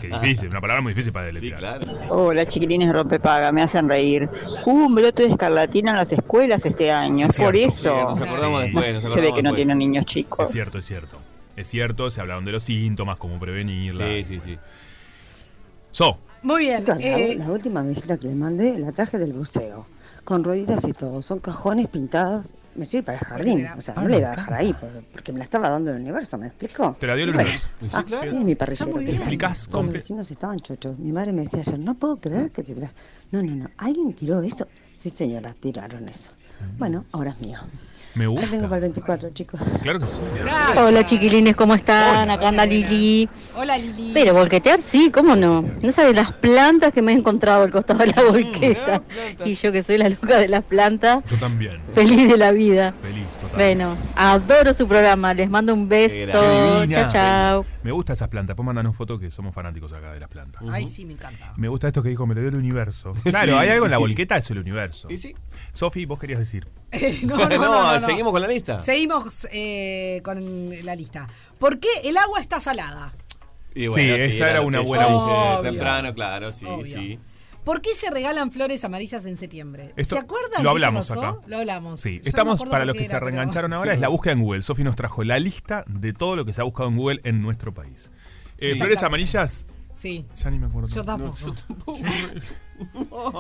Qué difícil, una palabra muy difícil para deletrear.
Hola chiquilines rompe paga, me hacen reír. Hubo un brote de escarlatina en las escuelas este año,
Es
por
cierto.
eso
Sí, nos acordamos después, nos
se ve que
acordamos
no
después.
tienen niños chicos.
Es cierto, es cierto. Es cierto, se hablaron de los síntomas, cómo prevenirla. Sí, sí, sí. So,
Muy bien.
La,
eh,
la última visita que le mandé la traje del buceo, con rueditas y todo. Son cajones pintados. Me sirve para el jardín. O sea,
Ah,
no le
me
iba a dejar ahí por- porque me la estaba dando el universo, ¿me explico?
Te la dio el
Bueno,
universo. Y sí,
ah,
claro.
tiene mi parrillero.
Está muy
que
bien.
grande.
Explicás
Todos Mis
comple-
vecinos estaban chochos. Mi madre me decía ayer, no puedo creer que te tra- No, no, no. ¿Alguien tiró eso? Sí, señora, tiraron eso. Bueno, ahora es mío.
me
La
gusta.
tengo para el 24, chicos.
Claro que sí.
Hola chiquilines, ¿cómo están? Acá anda Lili.
Hola Lili.
Pero volquetear sí, ¿cómo no? No sabes las plantas que me he encontrado al costado de la volqueta. Y yo que soy la loca de las plantas,
Yo también.
feliz de la vida.
Feliz, total.
Bueno, adoro su programa, les mando un
Qué
beso.
divina.
Chao, chao.
Me gusta esas plantas. Pues mandanos fotos que somos fanáticos acá de las plantas.
Ay, sí, me encanta.
Me gusta esto que dijo, me lo dio el universo.
Sí,
Claro, hay algo en la
sí.
volqueta, es el universo.
Y sí.
Sofi, vos querías decir.
no, no, no, no, no.
seguimos con la lista.
Seguimos eh, con la lista. ¿Por qué el agua está salada?
Y
Sí, esa era
lo
una
que yo
buena
dije
búsqueda. Obvio.
Temprano, claro, sí, sí.
¿Por qué se regalan flores amarillas en septiembre?
Esto
¿Se acuerdan?
Lo
qué
hablamos
pasó?
acá.
Lo hablamos.
Sí,
Yo no me
estamos
acuerdo
para
por
los
qué
que se
era, pero-
reengancharon ahora, es la búsqueda en Google. Sofi nos trajo la lista de todo lo que se ha buscado en Google en nuestro país. Eh,
Sí.
Flores amarillas,
Sí.
ya ni me acuerdo.
Yo tampoco.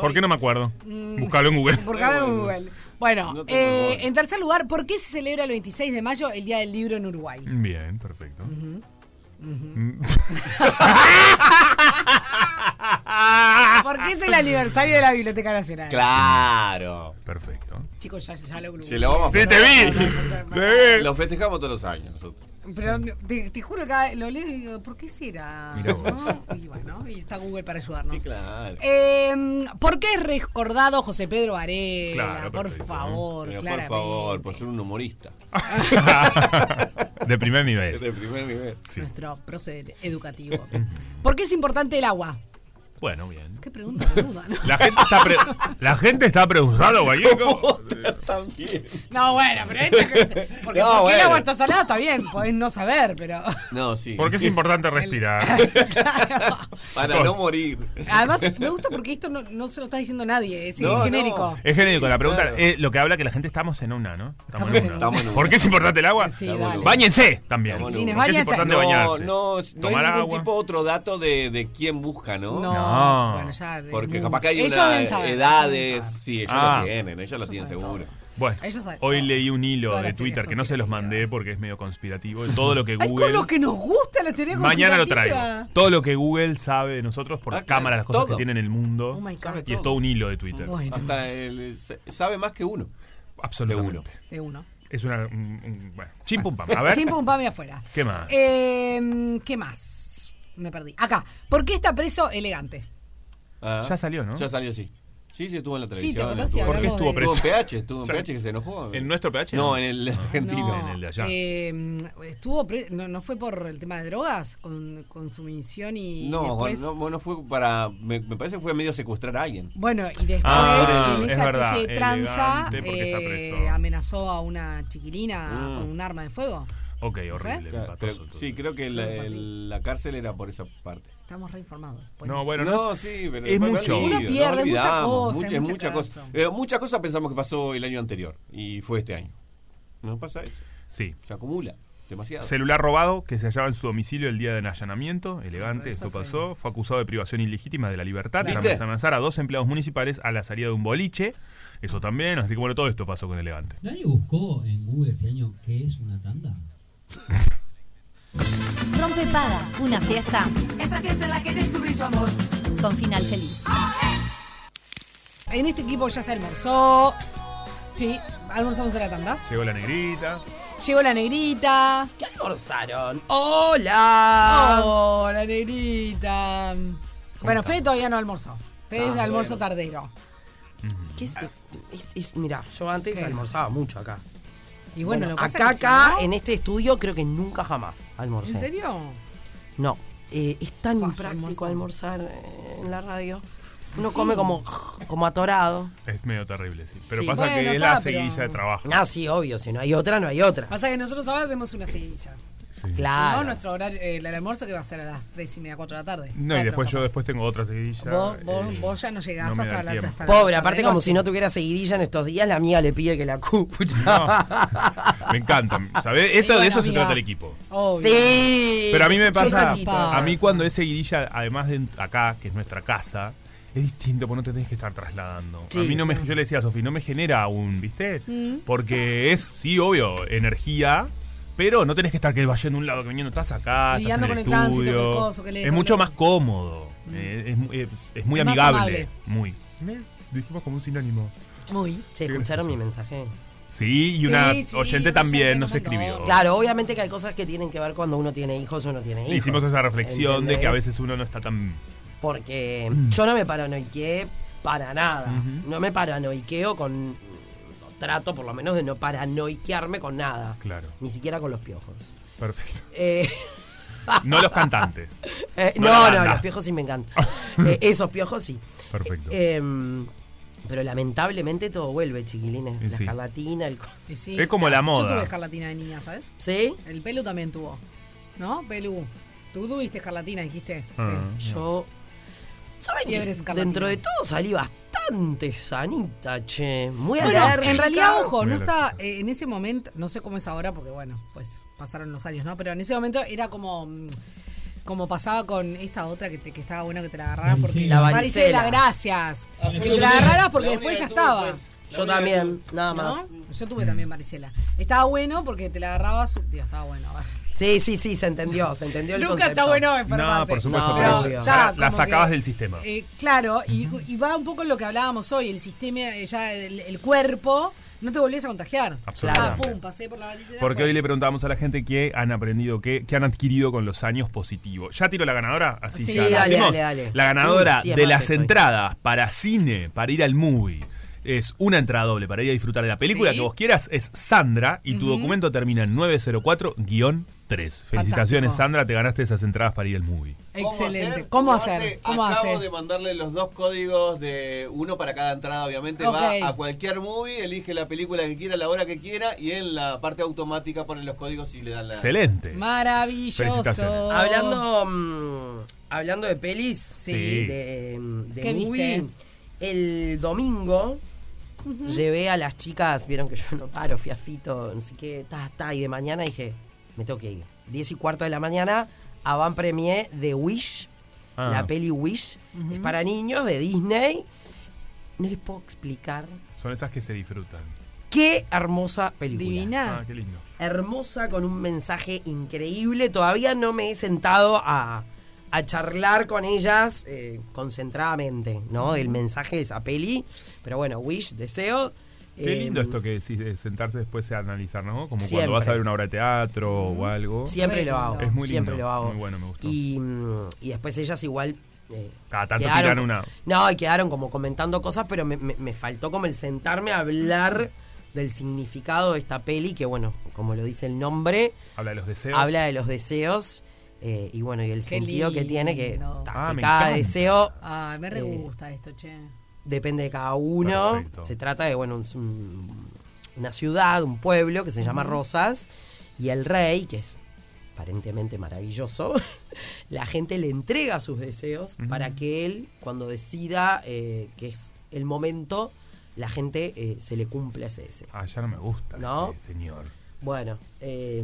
¿Por qué no me acuerdo?
Mm.
Buscalo en Google.
Buscalo en Google. Bueno,
No tengo
eh, en tercer lugar, ¿por qué se celebra el 26 de mayo el Día del Libro en Uruguay?
Bien, perfecto.
Ujú.
Mm.
¿Por qué es el aniversario de la Biblioteca Nacional?
Claro.
Perfecto.
Chicos, ya, ya lo
Se lo vamos a
Sí, te
festejar.
vi.
Te vi.
Lo festejamos todos los años nosotros.
Pero no, te, te juro que cada- lo leo y digo, ¿por qué será?
Mirá vos.
¿No? Y bueno, y está Google para ayudarnos.
Sí, claro.
Eh, ¿Por qué es recordado José Pedro Varela?
Claro,
ah, por
perfecto, ¿eh?
favor,
Pero por
claramente.
favor, por ser un humorista.
De primer nivel.
De primer nivel.
Sí.
Nuestro proceder educativo. ¿Por qué es importante el agua?
Bueno, bien.
Qué pregunta duda, ¿no?
La gente está, pre- la gente está preguntando, Gallego.
No, bueno, pero esto es que- porque, porque
No,
el
bueno.
agua está salada está bien, podés no saber, pero
No, sí.
Porque es importante respirar.
Para no morir.
además me gusta porque esto no, no se lo está diciendo nadie, es
No,
genérico.
Es genérico, la pregunta
Claro.
es lo que habla que la gente estamos en una, ¿no? Estamos, en una.
Estamos en una.
¿Por qué es importante el agua?
Sí, dale.
Báñense también.
Estamos en
Porque
una.
es importante bañarse.
No, no, no hay
Tomar
ningún
agua.
tipo otro dato de, de quién busca, ¿no?
No, No. bueno,
ya de-
Porque
Mm.
capaz que hay
Ellos
una-
deben saber,
edades. Sí, ellos
Ah.
lo tienen, ellos lo tienen seguro.
Bueno,
Ellos saben
hoy leí un hilo
Todas
de
las
Twitter que no se los mandé porque es medio conspirativo. de Todo lo que
Ay, con
Google.
lo que nos gusta la teoría
Mañana lo traigo.
conspirativa.
Todo lo que Google sabe de nosotros por las cámaras, las cosas
Ah, todo.
que tiene en el mundo.
Oh my God.
y
Sabe
es
todo.
todo un hilo de Twitter.
Hasta el- eh, se- sabe más que uno.
Absolutamente.
De uno.
Es una. un- un- bueno, chim pum pam. A ver. Ah.
Chimpum pam y afuera.
¿Qué más?
Eh, ¿Qué más? Me perdí. Acá. ¿Por qué está preso elegante?
Ah.
Ya salió, ¿no?
Ya salió, sí. Sí, sí, estuvo en la
Sí, ¿te
televisión.
acordás si
estuvo-
hablamos
¿Por qué estuvo de- preso?
Estuvo en PH, estuvo en
Ya.
PH que se enojó.
¿En nuestro PH?
No, en el argentino.
En el de allá.
Eh, estuvo pre- no, no fue por el tema de drogas? ¿Con, con su misión y
No,
después?
no, no fue para. Me, me parece que fue medio secuestrar a alguien.
Bueno, y después
Ah,
en
es
esa
verdad,
especie de tranza
elegante, porque está
eh,
preso.
amenazó a una chiquilina
Ah.
Mm.
con un arma de fuego.
Ok,
horrible,
Claro, creo- sí, creo que la,
Fue así.
el- la cárcel era por esa parte.
Estamos reinformados.
No, bueno,
no,
no es-
sí, pero
es
después
mucho.
no olvido,
Uno pierde,
no
es mucha
olvidamos,
cosa,
mucha-
es
es
mucha
mucha
cosa.
cosa. Eh, muchas cosas pensamos que pasó el año anterior y fue este año. No pasa eso.
Sí.
Se acumula demasiado.
Celular robado que se hallaba en su domicilio el día del allanamiento. Elegante, esto pasó. Fue acusado de privación ilegítima de la libertad
Claro.
tras
¿Viste?
amenazar a dos empleados municipales a la salida de un boliche. Eso también. Así que bueno, todo esto pasó con Elegante.
¿Nadie buscó en Google este año qué es una tanda?
Rompe paga, una fiesta
Esta fiesta en la que descubrí su amor.
con final feliz.
En este equipo ya se almorzó. Sí, almorzamos en la tanda.
Llegó la negrita.
Llegó la negrita.
¿Qué almorzaron? ¡Hola!
Hola, negrita. Bueno,
estás?
Fede todavía no almorzó. Fede es de
Ah,
almuerzo tardero.
¿Qué es? es- es- mirá, yo antes
¿Qué?
almorzaba mucho acá.
Y bueno, lo que pasa
acá,
es que si
acá,
no-
en este estudio, creo que nunca jamás almorcé.
¿En serio?
No. Eh, es tan impráctico almorzar eh, en la radio. Uno
Sí.
come como, como atorado.
Es medio terrible, sí. Pero
Sí.
pasa
Bueno,
que es
está,
la
pero-
seguilla de trabajo.
Ah, sí, obvio. Si no hay otra, no hay otra.
Pasa que nosotros ahora tenemos una silla. Si no,
Claro.
nuestro horario, eh, el almuerzo que va a ser a las 3 y media, 4 de la tarde.
No, y después yo después tengo otra seguidilla.
Vos, vos,
eh,
vos ya no llegás
no me da
hasta, la,
tiempo.
hasta la-
Pobre,
hasta
aparte,
la
como
noche.
si no tuviera seguidilla en estos días, la amiga le pide que la cubra.
Me encanta. ¿Sabés?
Y
Esto, de
bueno,
eso se
amiga.
trata el equipo.
Obvio.
Sí.
Pero a mí me pasa,
Soy
a mí cuando es seguidilla, además de acá, que es nuestra casa, es distinto porque no te tenés que estar trasladando. A
Sí.
mí no me, yo le decía a Sofi, no me genera un, ¿viste?
Mm.
Porque es, sí, obvio, energía, pero no tenés que estar que vas yendo de un lado, que viniendo, estás acá, estás en
Lidiando
el,
con el tránsito,
estudio.
con el coso, que le-
es
con
mucho
lo-
más cómodo, eh, es, mu- es- es muy
Es más
amigable,
amable.
muy. Dijimos como un sinónimo.
Muy.
Che, escucharon mi mensaje.
Sí, y
Sí,
una
sí,
oyente también nos escribió.
Claro, obviamente que hay cosas que tienen que ver cuando uno tiene hijos o no tiene hijos.
Hicimos esa reflexión de que a
¿entendés?
veces Mm. uno no está tan
Porque yo no me paranoiqué para nada. No me paranoiqueo con. o Trato por lo menos de no paranoiquearme con nada.
Claro.
Ni siquiera con los piojos.
perfecto.
Eh,
No los cantantes.
eh,
No
no,
la
no,
banda.
los piojos sí me encantan. Eh, esos piojos sí.
Perfecto.
Em, pero lamentablemente todo vuelve, chiquilines.
Y
La
sí.
escarlatina, el. co-
Y sí,
Es como la
Yo
moda.
tuve escarlatina de niña, ¿sabes?
¿Sí?
El pelo también tuvo. ¿No? Pelu. Tú tuviste escarlatina, dijiste.
Ah,
Yo. ¿Saben
Fiebre
que
escarlatina.
dentro de todo salí bastante sanita, che? Muy
bueno,
alérgica.
en realidad, ojo, no está eh, en ese momento, no sé cómo es ahora, porque bueno, pues pasaron los años, ¿no? Pero en ese momento era como mm, como pasaba con esta otra que, te- que estaba bueno que te la agarraras porque
La
de
varicela.
la gracias.
La
Que
tuve.
te la agarraras porque
La
después ya
única que
estaba.
tuve fue- Yo la única también, que tuve. nada
¿No?
más.
Yo tuve también varicela. Estaba bueno porque te la agarrabas, tío, estaba bueno. a ver.
Sí, sí, sí, se entendió, se entendió el
Nunca
concepto.
está bueno enfermarse.
No, por supuesto,
No,
pero
obvio.
ya
Ya,
la
como
sacabas
que-
del sistema.
Eh, claro, y, y va un poco en lo que hablábamos hoy, el sistema, eh, ya el, el cuerpo, no te volvías a contagiar.
Absolutamente.
Ah, pum, pasé por la varicela.
Porque
fue.
hoy le preguntamos a la gente qué han aprendido, qué, qué han adquirido con los años positivos. ¿Ya tiro la ganadora? Así
Sí,
ya la
dale,
hacemos.
dale, dale.
La ganadora
Uy, sí, es
de
mate
las
soy.
entradas para cine, para ir al movie. es una entrada doble para ir a disfrutar de la película
Sí.
que vos quieras, es Sandra y tu
Ujú.
documento termina en 904-3.
Fantástico.
Felicitaciones, Sandra, te ganaste esas entradas para ir al movie.
Excelente. ¿Cómo hacer? ¿Cómo
Acabo
hacer?
de mandarle los dos códigos de uno para cada entrada, obviamente.
Ok.
Va a cualquier movie, elige la película que quiera, la hora que quiera, y en la parte automática ponen los códigos y le dan la.
Excelente.
Maravilloso.
Felicitaciones.
Hablando, mm, hablando de pelis,
Sí.
de, mm, de
¿Qué
movie,
viste?
el domingo llevé a las chicas, vieron que yo no paro, fiafito, no sé qué, ta, ta, y de mañana dije, me tengo que ir. 10 y cuarto de la mañana, Van Premier de Wish,
Ah.
la peli Wish, es para niños de Disney. No les puedo explicar
Son esas que se disfrutan.
qué hermosa película.
Ah, qué lindo.
hermosa, con un mensaje increíble. Todavía no me he sentado a, a charlar con ellas eh, concentradamente, ¿no? El mensaje de esa peli. Pero bueno, Wish, deseo.
Qué
eh,
lindo esto que decís de sentarse después a analizar, ¿no? Como
Siempre.
cuando vas a ver una obra de teatro o algo.
Siempre lo hago.
Es muy
siempre
lindo,
lo hago.
Muy bueno, me gustó.
Y, mm, y después ellas igual. eh,
Cada tanto
quedaron-
tiran una.
No, y quedaron como comentando cosas, pero me, me- me faltó como el sentarme a hablar del significado de esta peli, que bueno, como lo dice el nombre,
Habla de los deseos.
habla de los deseos eh, y bueno, y el sentido que tiene que,
lindo.
ta,
Ah,
que
me
cada
encanta.
oh.
deseo
Ay, me re
eh,
gusta esto, che.
depende de cada uno.
Perfecto.
Se trata de, bueno, un- un- una ciudad, un pueblo que se llama
Ujú.
Rosas y el rey, que es aparentemente maravilloso, la gente le entrega sus deseos
Ujú.
para que él, cuando decida eh, que es el momento, la gente eh, se le cumpla ese deseo.
Ah, ya no me gusta
¿No?
ese señor.
Bueno, eh,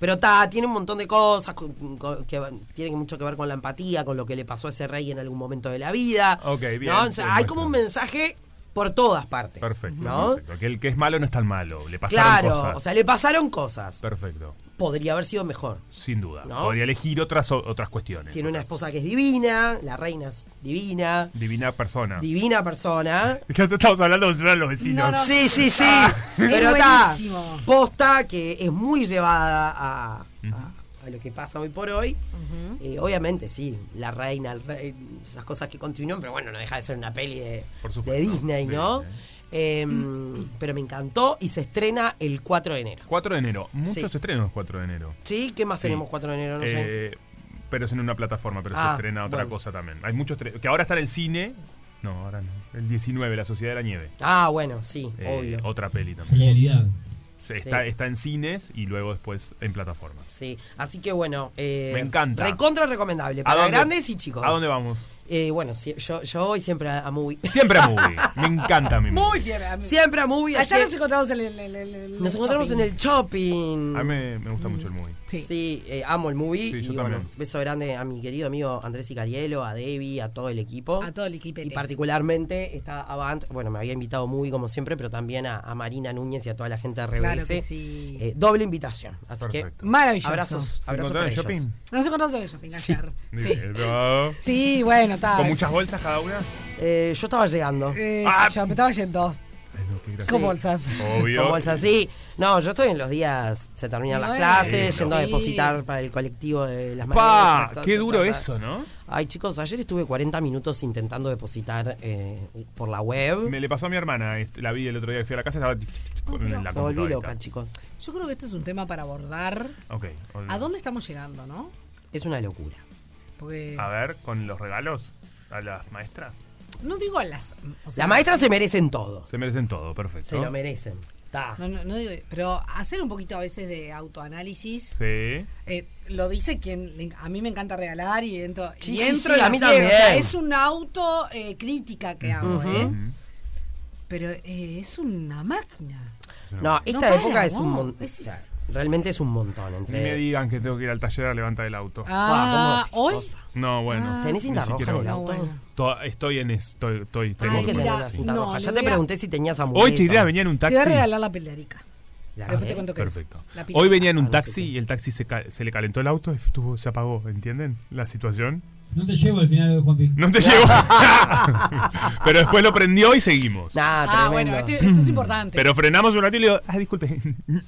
pero ta, tiene un montón de cosas cu- cu- que van- tienen mucho que ver con la empatía, con lo que le pasó a ese rey en algún momento de la vida.
Ok, bien,
¿no? O sea,
sí,
hay
muestra.
como un mensaje por todas partes.
Perfecto.
¿no?
perfecto. Que el que es malo no es tan malo. Le pasaron
Claro,
cosas.
o sea, le pasaron cosas.
Perfecto.
Podría haber sido mejor.
Sin duda.
¿No?
Podría elegir otras, otras cuestiones.
Tiene una esposa que es divina, la reina es divina,
Divina persona.
divina persona.
Ya te estamos hablando como si fueran los vecinos.
Sí, sí, Eh, sí.
Ah.
Pero
Es
está.
buenísimo.
Posta que es muy llevada a, a- a lo que pasa hoy por hoy. Eh, obviamente, sí, la reina, el rey, esas cosas que continúan, pero bueno, no deja de ser una peli de, de Disney, ¿no? Em, pero me encantó y se estrena el 4 de enero.
4 de enero. Muchos
Sí.
estrenos 4 de enero.
¿Sí? ¿Qué más
Sí.
tenemos 4 de enero? No sé.
Eh, Pero es en una plataforma, pero se
Ah,
estrena otra
bueno.
cosa también. Hay muchos estre- que ahora está en el cine. No, ahora no. El 19, La Sociedad de la Nieve.
Ah, bueno, sí,
Eh,
obvio.
Otra peli también.
Genialidad.
Se- Está,
Sí.
está en cines y luego después en plataformas.
Sí, así que bueno. eh,
Me encanta.
Recontra recomendable para
dónde-
grandes y chicos.
¿A dónde vamos?
Eh, bueno, sí, yo, yo voy siempre a, a Movie.
Siempre a Movie. Me encanta mi
Muy bien. a mí.
Siempre a Movie. así
Allá
que
nos encontramos en el. el- el- el
nos encontramos
shopping.
en el shopping.
A mí me, me gusta mucho el movie.
Sí, eh, amo el movie.
Sí,
y
yo
bueno,
también.
beso grande a mi querido amigo Andrés Icarielo, a Debbie, a todo el equipo.
A todo el equipo.
Y particularmente está Avant, bueno, me había invitado muy como siempre, pero también a, a Marina Núñez y a toda la gente de RBS.
Claro que sí.
Eh, doble invitación. Así
Perfecto.
que
Maravilloso.
Abrazos,
¿Se
abrazos
encontraron
para
en
ellos.
shopping?
Nos encontramos en el shopping ayer. Sí.
Bien, ¿no?
Sí, bueno, está.
¿Con Ah. muchas bolsas cada una?
Eh, yo estaba llegando.
Eh, Yo me estaba yendo. Con bolsas.
Obvio.
Con bolsas, sí. No, yo estoy en los días, se terminan las
Bueno,
clases,
sí.
yendo a depositar para el colectivo de las
Pa,
mañanas,
qué duro
ta, ta.
eso, ¿no?
Ay, chicos, ayer estuve 40 minutos intentando depositar eh, por la web.
Me le pasó a mi hermana, est- la vi el otro día que fui a la casa, estaba tic, tic, tic, con en la
Me volví
computadora.
loca, chicos.
Yo creo que esto es un tema para abordar.
Ok. olvidé.
¿A dónde estamos llegando, no?
Es una locura.
Porque.
A ver, con los regalos a las maestras.
No digo las. o sea,
La maestra se merecen todo.
Se merecen todo, perfecto.
Se lo merecen. Ta.
No, no, no digo. Pero hacer un poquito a veces de autoanálisis.
Sí.
Eh, lo dice quien le- a mí me encanta regalar y entro,
Sí,
y
sí,
entro
sí,
y
a mí
la fiero, o sea,
también.
es una auto eh, crítica que hago,
Ujú.
¿eh? pero eh, es una máquina.
No, esta
para,
época es un
no,
montón.
es-
realmente es un montón. Entre...
Ni me digan que tengo que ir al taller a levantar el auto.
Ah,
Guau, ¿cómo
hoy
No, bueno.
Ah. ¿Tenés
ni
cinta roja
siquiera
en el
voy.
auto? bueno.
To- Estoy en es- estoy, estoy, tengo
Tenés que
documento,
tener una
sí.
cinta
no,
roja.
le
Ya
voy
te
a-
pregunté si tenías amuleto.
Hoy Chirillas venía en un
te
taxi.
voy a regalar la pilarica.
La-
Después te cuento qué es.
Perfecto.
La pilarica.
Hoy venía en un taxi y el taxi se, ca- se le calentó el auto y estuvo- se apagó. ¿Entienden la situación?
No te llevo al final de Juanpi.
No te llevo. Pero después lo prendió y seguimos. Mm.
Nah,
Ah, bueno, esto, esto es importante.
Pero frenamos un ratito y le digo, ah, disculpe,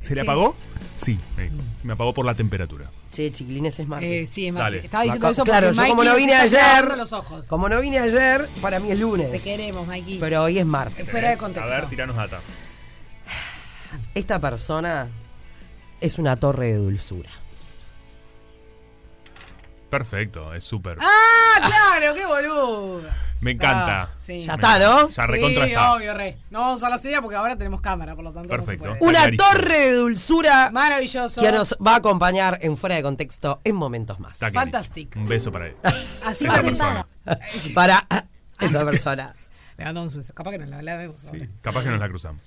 ¿se
Sí.
le apagó? Sí, me, me apagó por la temperatura.
Sí, chiquilines, es martes.
Eh, sí, es
Dale.
martes. Estaba
La
diciendo
co-
eso
Claro,
porque
yo
Mikey
como no
nos
vine
está clavando
ayer,
los ojos.
como no vine ayer, para mí es lunes.
Te queremos, Mikey.
Pero hoy es martes.
Fuera de contexto.
A ver, tiranos data.
Esta persona es una torre de dulzura.
Perfecto, es súper.
¡Ah, claro! ¡Qué boludo!
Me encanta.
Ah, sí.
Ya está, ¿no? Ya recontra
Sí,
está.
obvio, re. No vamos a la serie porque ahora tenemos cámara, por lo tanto
Perfecto.
no se puede.
Una
clarísimo.
torre de dulzura
Maravilloso.
que nos va a acompañar en fuera de contexto en momentos más.
Está clarísimo. Un beso para él.
Así
Esa
me
persona.
Para ah, esa persona.
Le mandamos un beso. Capaz que no la, la vemos. ahora.
Capaz que nos la cruzamos.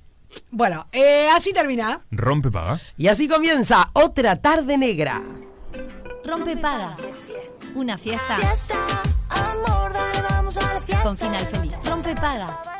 Bueno, eh, así termina.
Rompe paga.
Y así comienza otra tarde negra.
Rompe paga. Una fiesta. Con final feliz. Rompe paga.